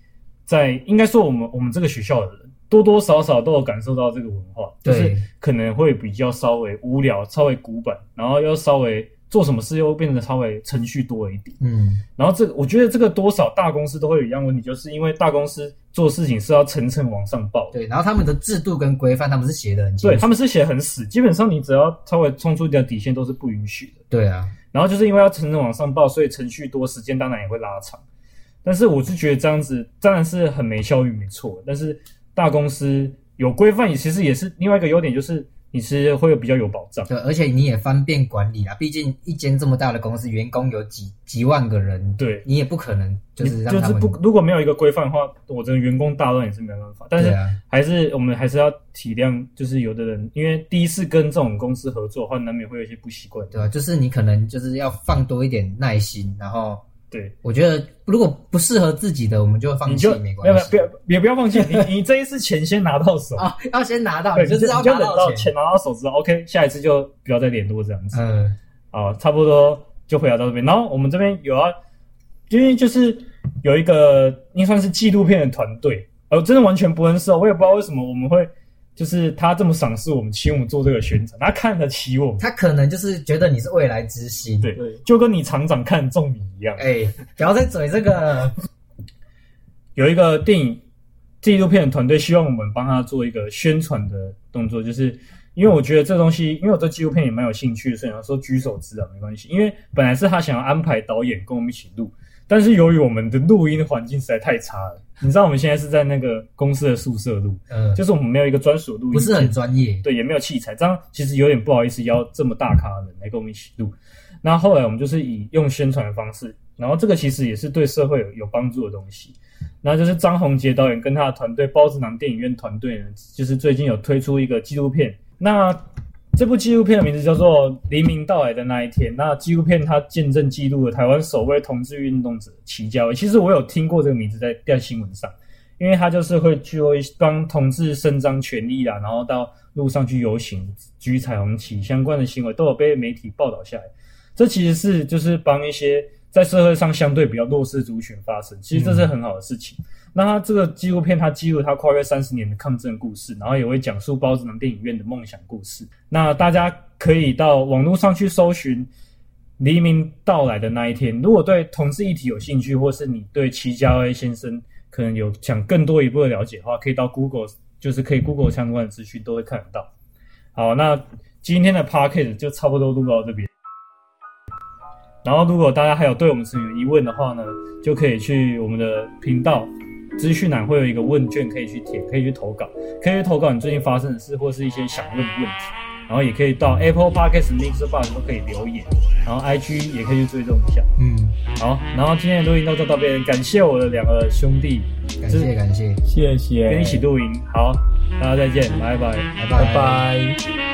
Speaker 1: 在应该说我们我们这个学校的人多多少少都有感受到这个文化，就是
Speaker 2: 对
Speaker 1: 可能会比较稍微无聊，稍微古板，然后又稍微做什么事又变得稍微程序多了一点。
Speaker 2: 嗯，
Speaker 1: 然后这个我觉得这个多少大公司都会有一样问题，就是因为大公司做事情是要层层往上报的。
Speaker 2: 对。然后他们的制度跟规范，他们是写的很清
Speaker 1: 对，
Speaker 2: 楚。
Speaker 1: 他们是写得很死，基本上你只要稍微冲出一点底线都是不允许的。
Speaker 2: 对啊，
Speaker 1: 然后就是因为要层层往上报，所以程序多，时间当然也会拉长。但是我是觉得这样子当然是很没效率，没错。但是大公司有规范，也其实也是另外一个优点，就是你是会有比较有保障。
Speaker 2: 对，而且你也方便管理啊啦。毕竟一间这么大的公司，员工有几几万个人，
Speaker 1: 对，
Speaker 2: 你也不可能就是
Speaker 1: 你
Speaker 2: 让
Speaker 1: 就
Speaker 2: 他
Speaker 1: 是
Speaker 2: 们
Speaker 1: 不如果没有一个规范的话，我真的员工大乱也是没办法。但
Speaker 2: 对
Speaker 1: 是
Speaker 2: 啊，
Speaker 1: 还是我们还是要体谅，就是有的人因为第一次跟这种公司合作的话，难免会有一些不习惯。
Speaker 2: 对啊，就是你可能就是要放多一点耐心，然后
Speaker 1: 对，
Speaker 2: 我觉得如果不适合自己的，我们就放
Speaker 1: 你
Speaker 2: 弃
Speaker 1: 就，
Speaker 2: 没
Speaker 1: 要
Speaker 2: 关
Speaker 1: 不要
Speaker 2: 系。
Speaker 1: 不要也不要放弃，你你这一次钱先拿到手，
Speaker 2: 啊，要先拿到，
Speaker 1: 对，
Speaker 2: 你就是要
Speaker 1: 你就
Speaker 2: 拿
Speaker 1: 等到
Speaker 2: 钱。
Speaker 1: 钱拿到手之后，OK，下一次就不要再联络这样子。
Speaker 2: 嗯，
Speaker 1: 好，差不多就回答到这边。然后我们这边有要，因为就是有一个应该算是纪录片的团队，呃，真的完全不认识哦，我也不知道为什么我们会就是他这么赏识我们，请我们做这个宣传，他看得起我们，
Speaker 2: 他可能就是觉得你是未来之星。
Speaker 1: 对
Speaker 3: 对，
Speaker 1: 就跟你厂长看中你一样。
Speaker 2: 哎，不要再嘴这个。
Speaker 1: 有一个电影纪录片的团队希望我们帮他做一个宣传的动作，就是因为我觉得这东西，因为我对纪录片也蛮有兴趣，所以想说举手之劳没关系。因为本来是他想要安排导演跟我们一起录，但是由于我们的录音环境实在太差了，你知道我们现在是在那个公司的宿舍录，
Speaker 2: 嗯，
Speaker 1: 就是我们没有一个专属录音
Speaker 2: 不
Speaker 1: 间，
Speaker 2: 是很专业。
Speaker 1: 对，也没有器材，这样其实有点不好意思邀这么大咖的人来跟我们一起录。那后来我们就是以用宣传的方式，然后这个其实也是对社会有有帮助的东西。那就是张宏杰导演跟他的团队包子囊电影院团队呢，就是最近有推出一个纪录片。那这部纪录片的名字叫做《黎明到来的那一天》。那纪录片它见证记录了台湾首位同志运动者齐家伟。其实我有听过这个名字在在新闻上，因为他就是会去为帮同志伸张权利啦，然后到路上去游行、举彩虹旗相关的行为都有被媒体报道下来。这其实是就是帮一些在社会上相对比较弱势族群发声，其实这是很好的事情。那他这个纪录片，它记录他跨越三十年的抗争故事，然后也会讲述包子能电影院的梦想故事。那大家可以到网络上去搜寻《黎明到来的那一天》。如果对同志议题有兴趣，或是你对齐家威先生可能有想更多一步的了解的话，可以到 Google，就是可以 Google 相关的资讯都会看得到。好，那今天的 p a c k a g e 就差不多录到这边。然后，如果大家还有对我们有疑问的话呢，就可以去我们的频道资讯栏会有一个问卷可以去填，可以去投稿，可以去投稿你最近发生的事或是一些想问的问题。然后也可以到 Apple Podcast、Mixbox 都可以留言，然后 IG 也可以去追踪一下。
Speaker 2: 嗯，
Speaker 1: 好，然后今天的录音到这到边，感谢我的两个兄弟
Speaker 2: 感谢感谢，
Speaker 3: 谢谢，
Speaker 1: 跟一起录音。好，大家再见，拜拜。
Speaker 2: 拜
Speaker 3: 拜拜。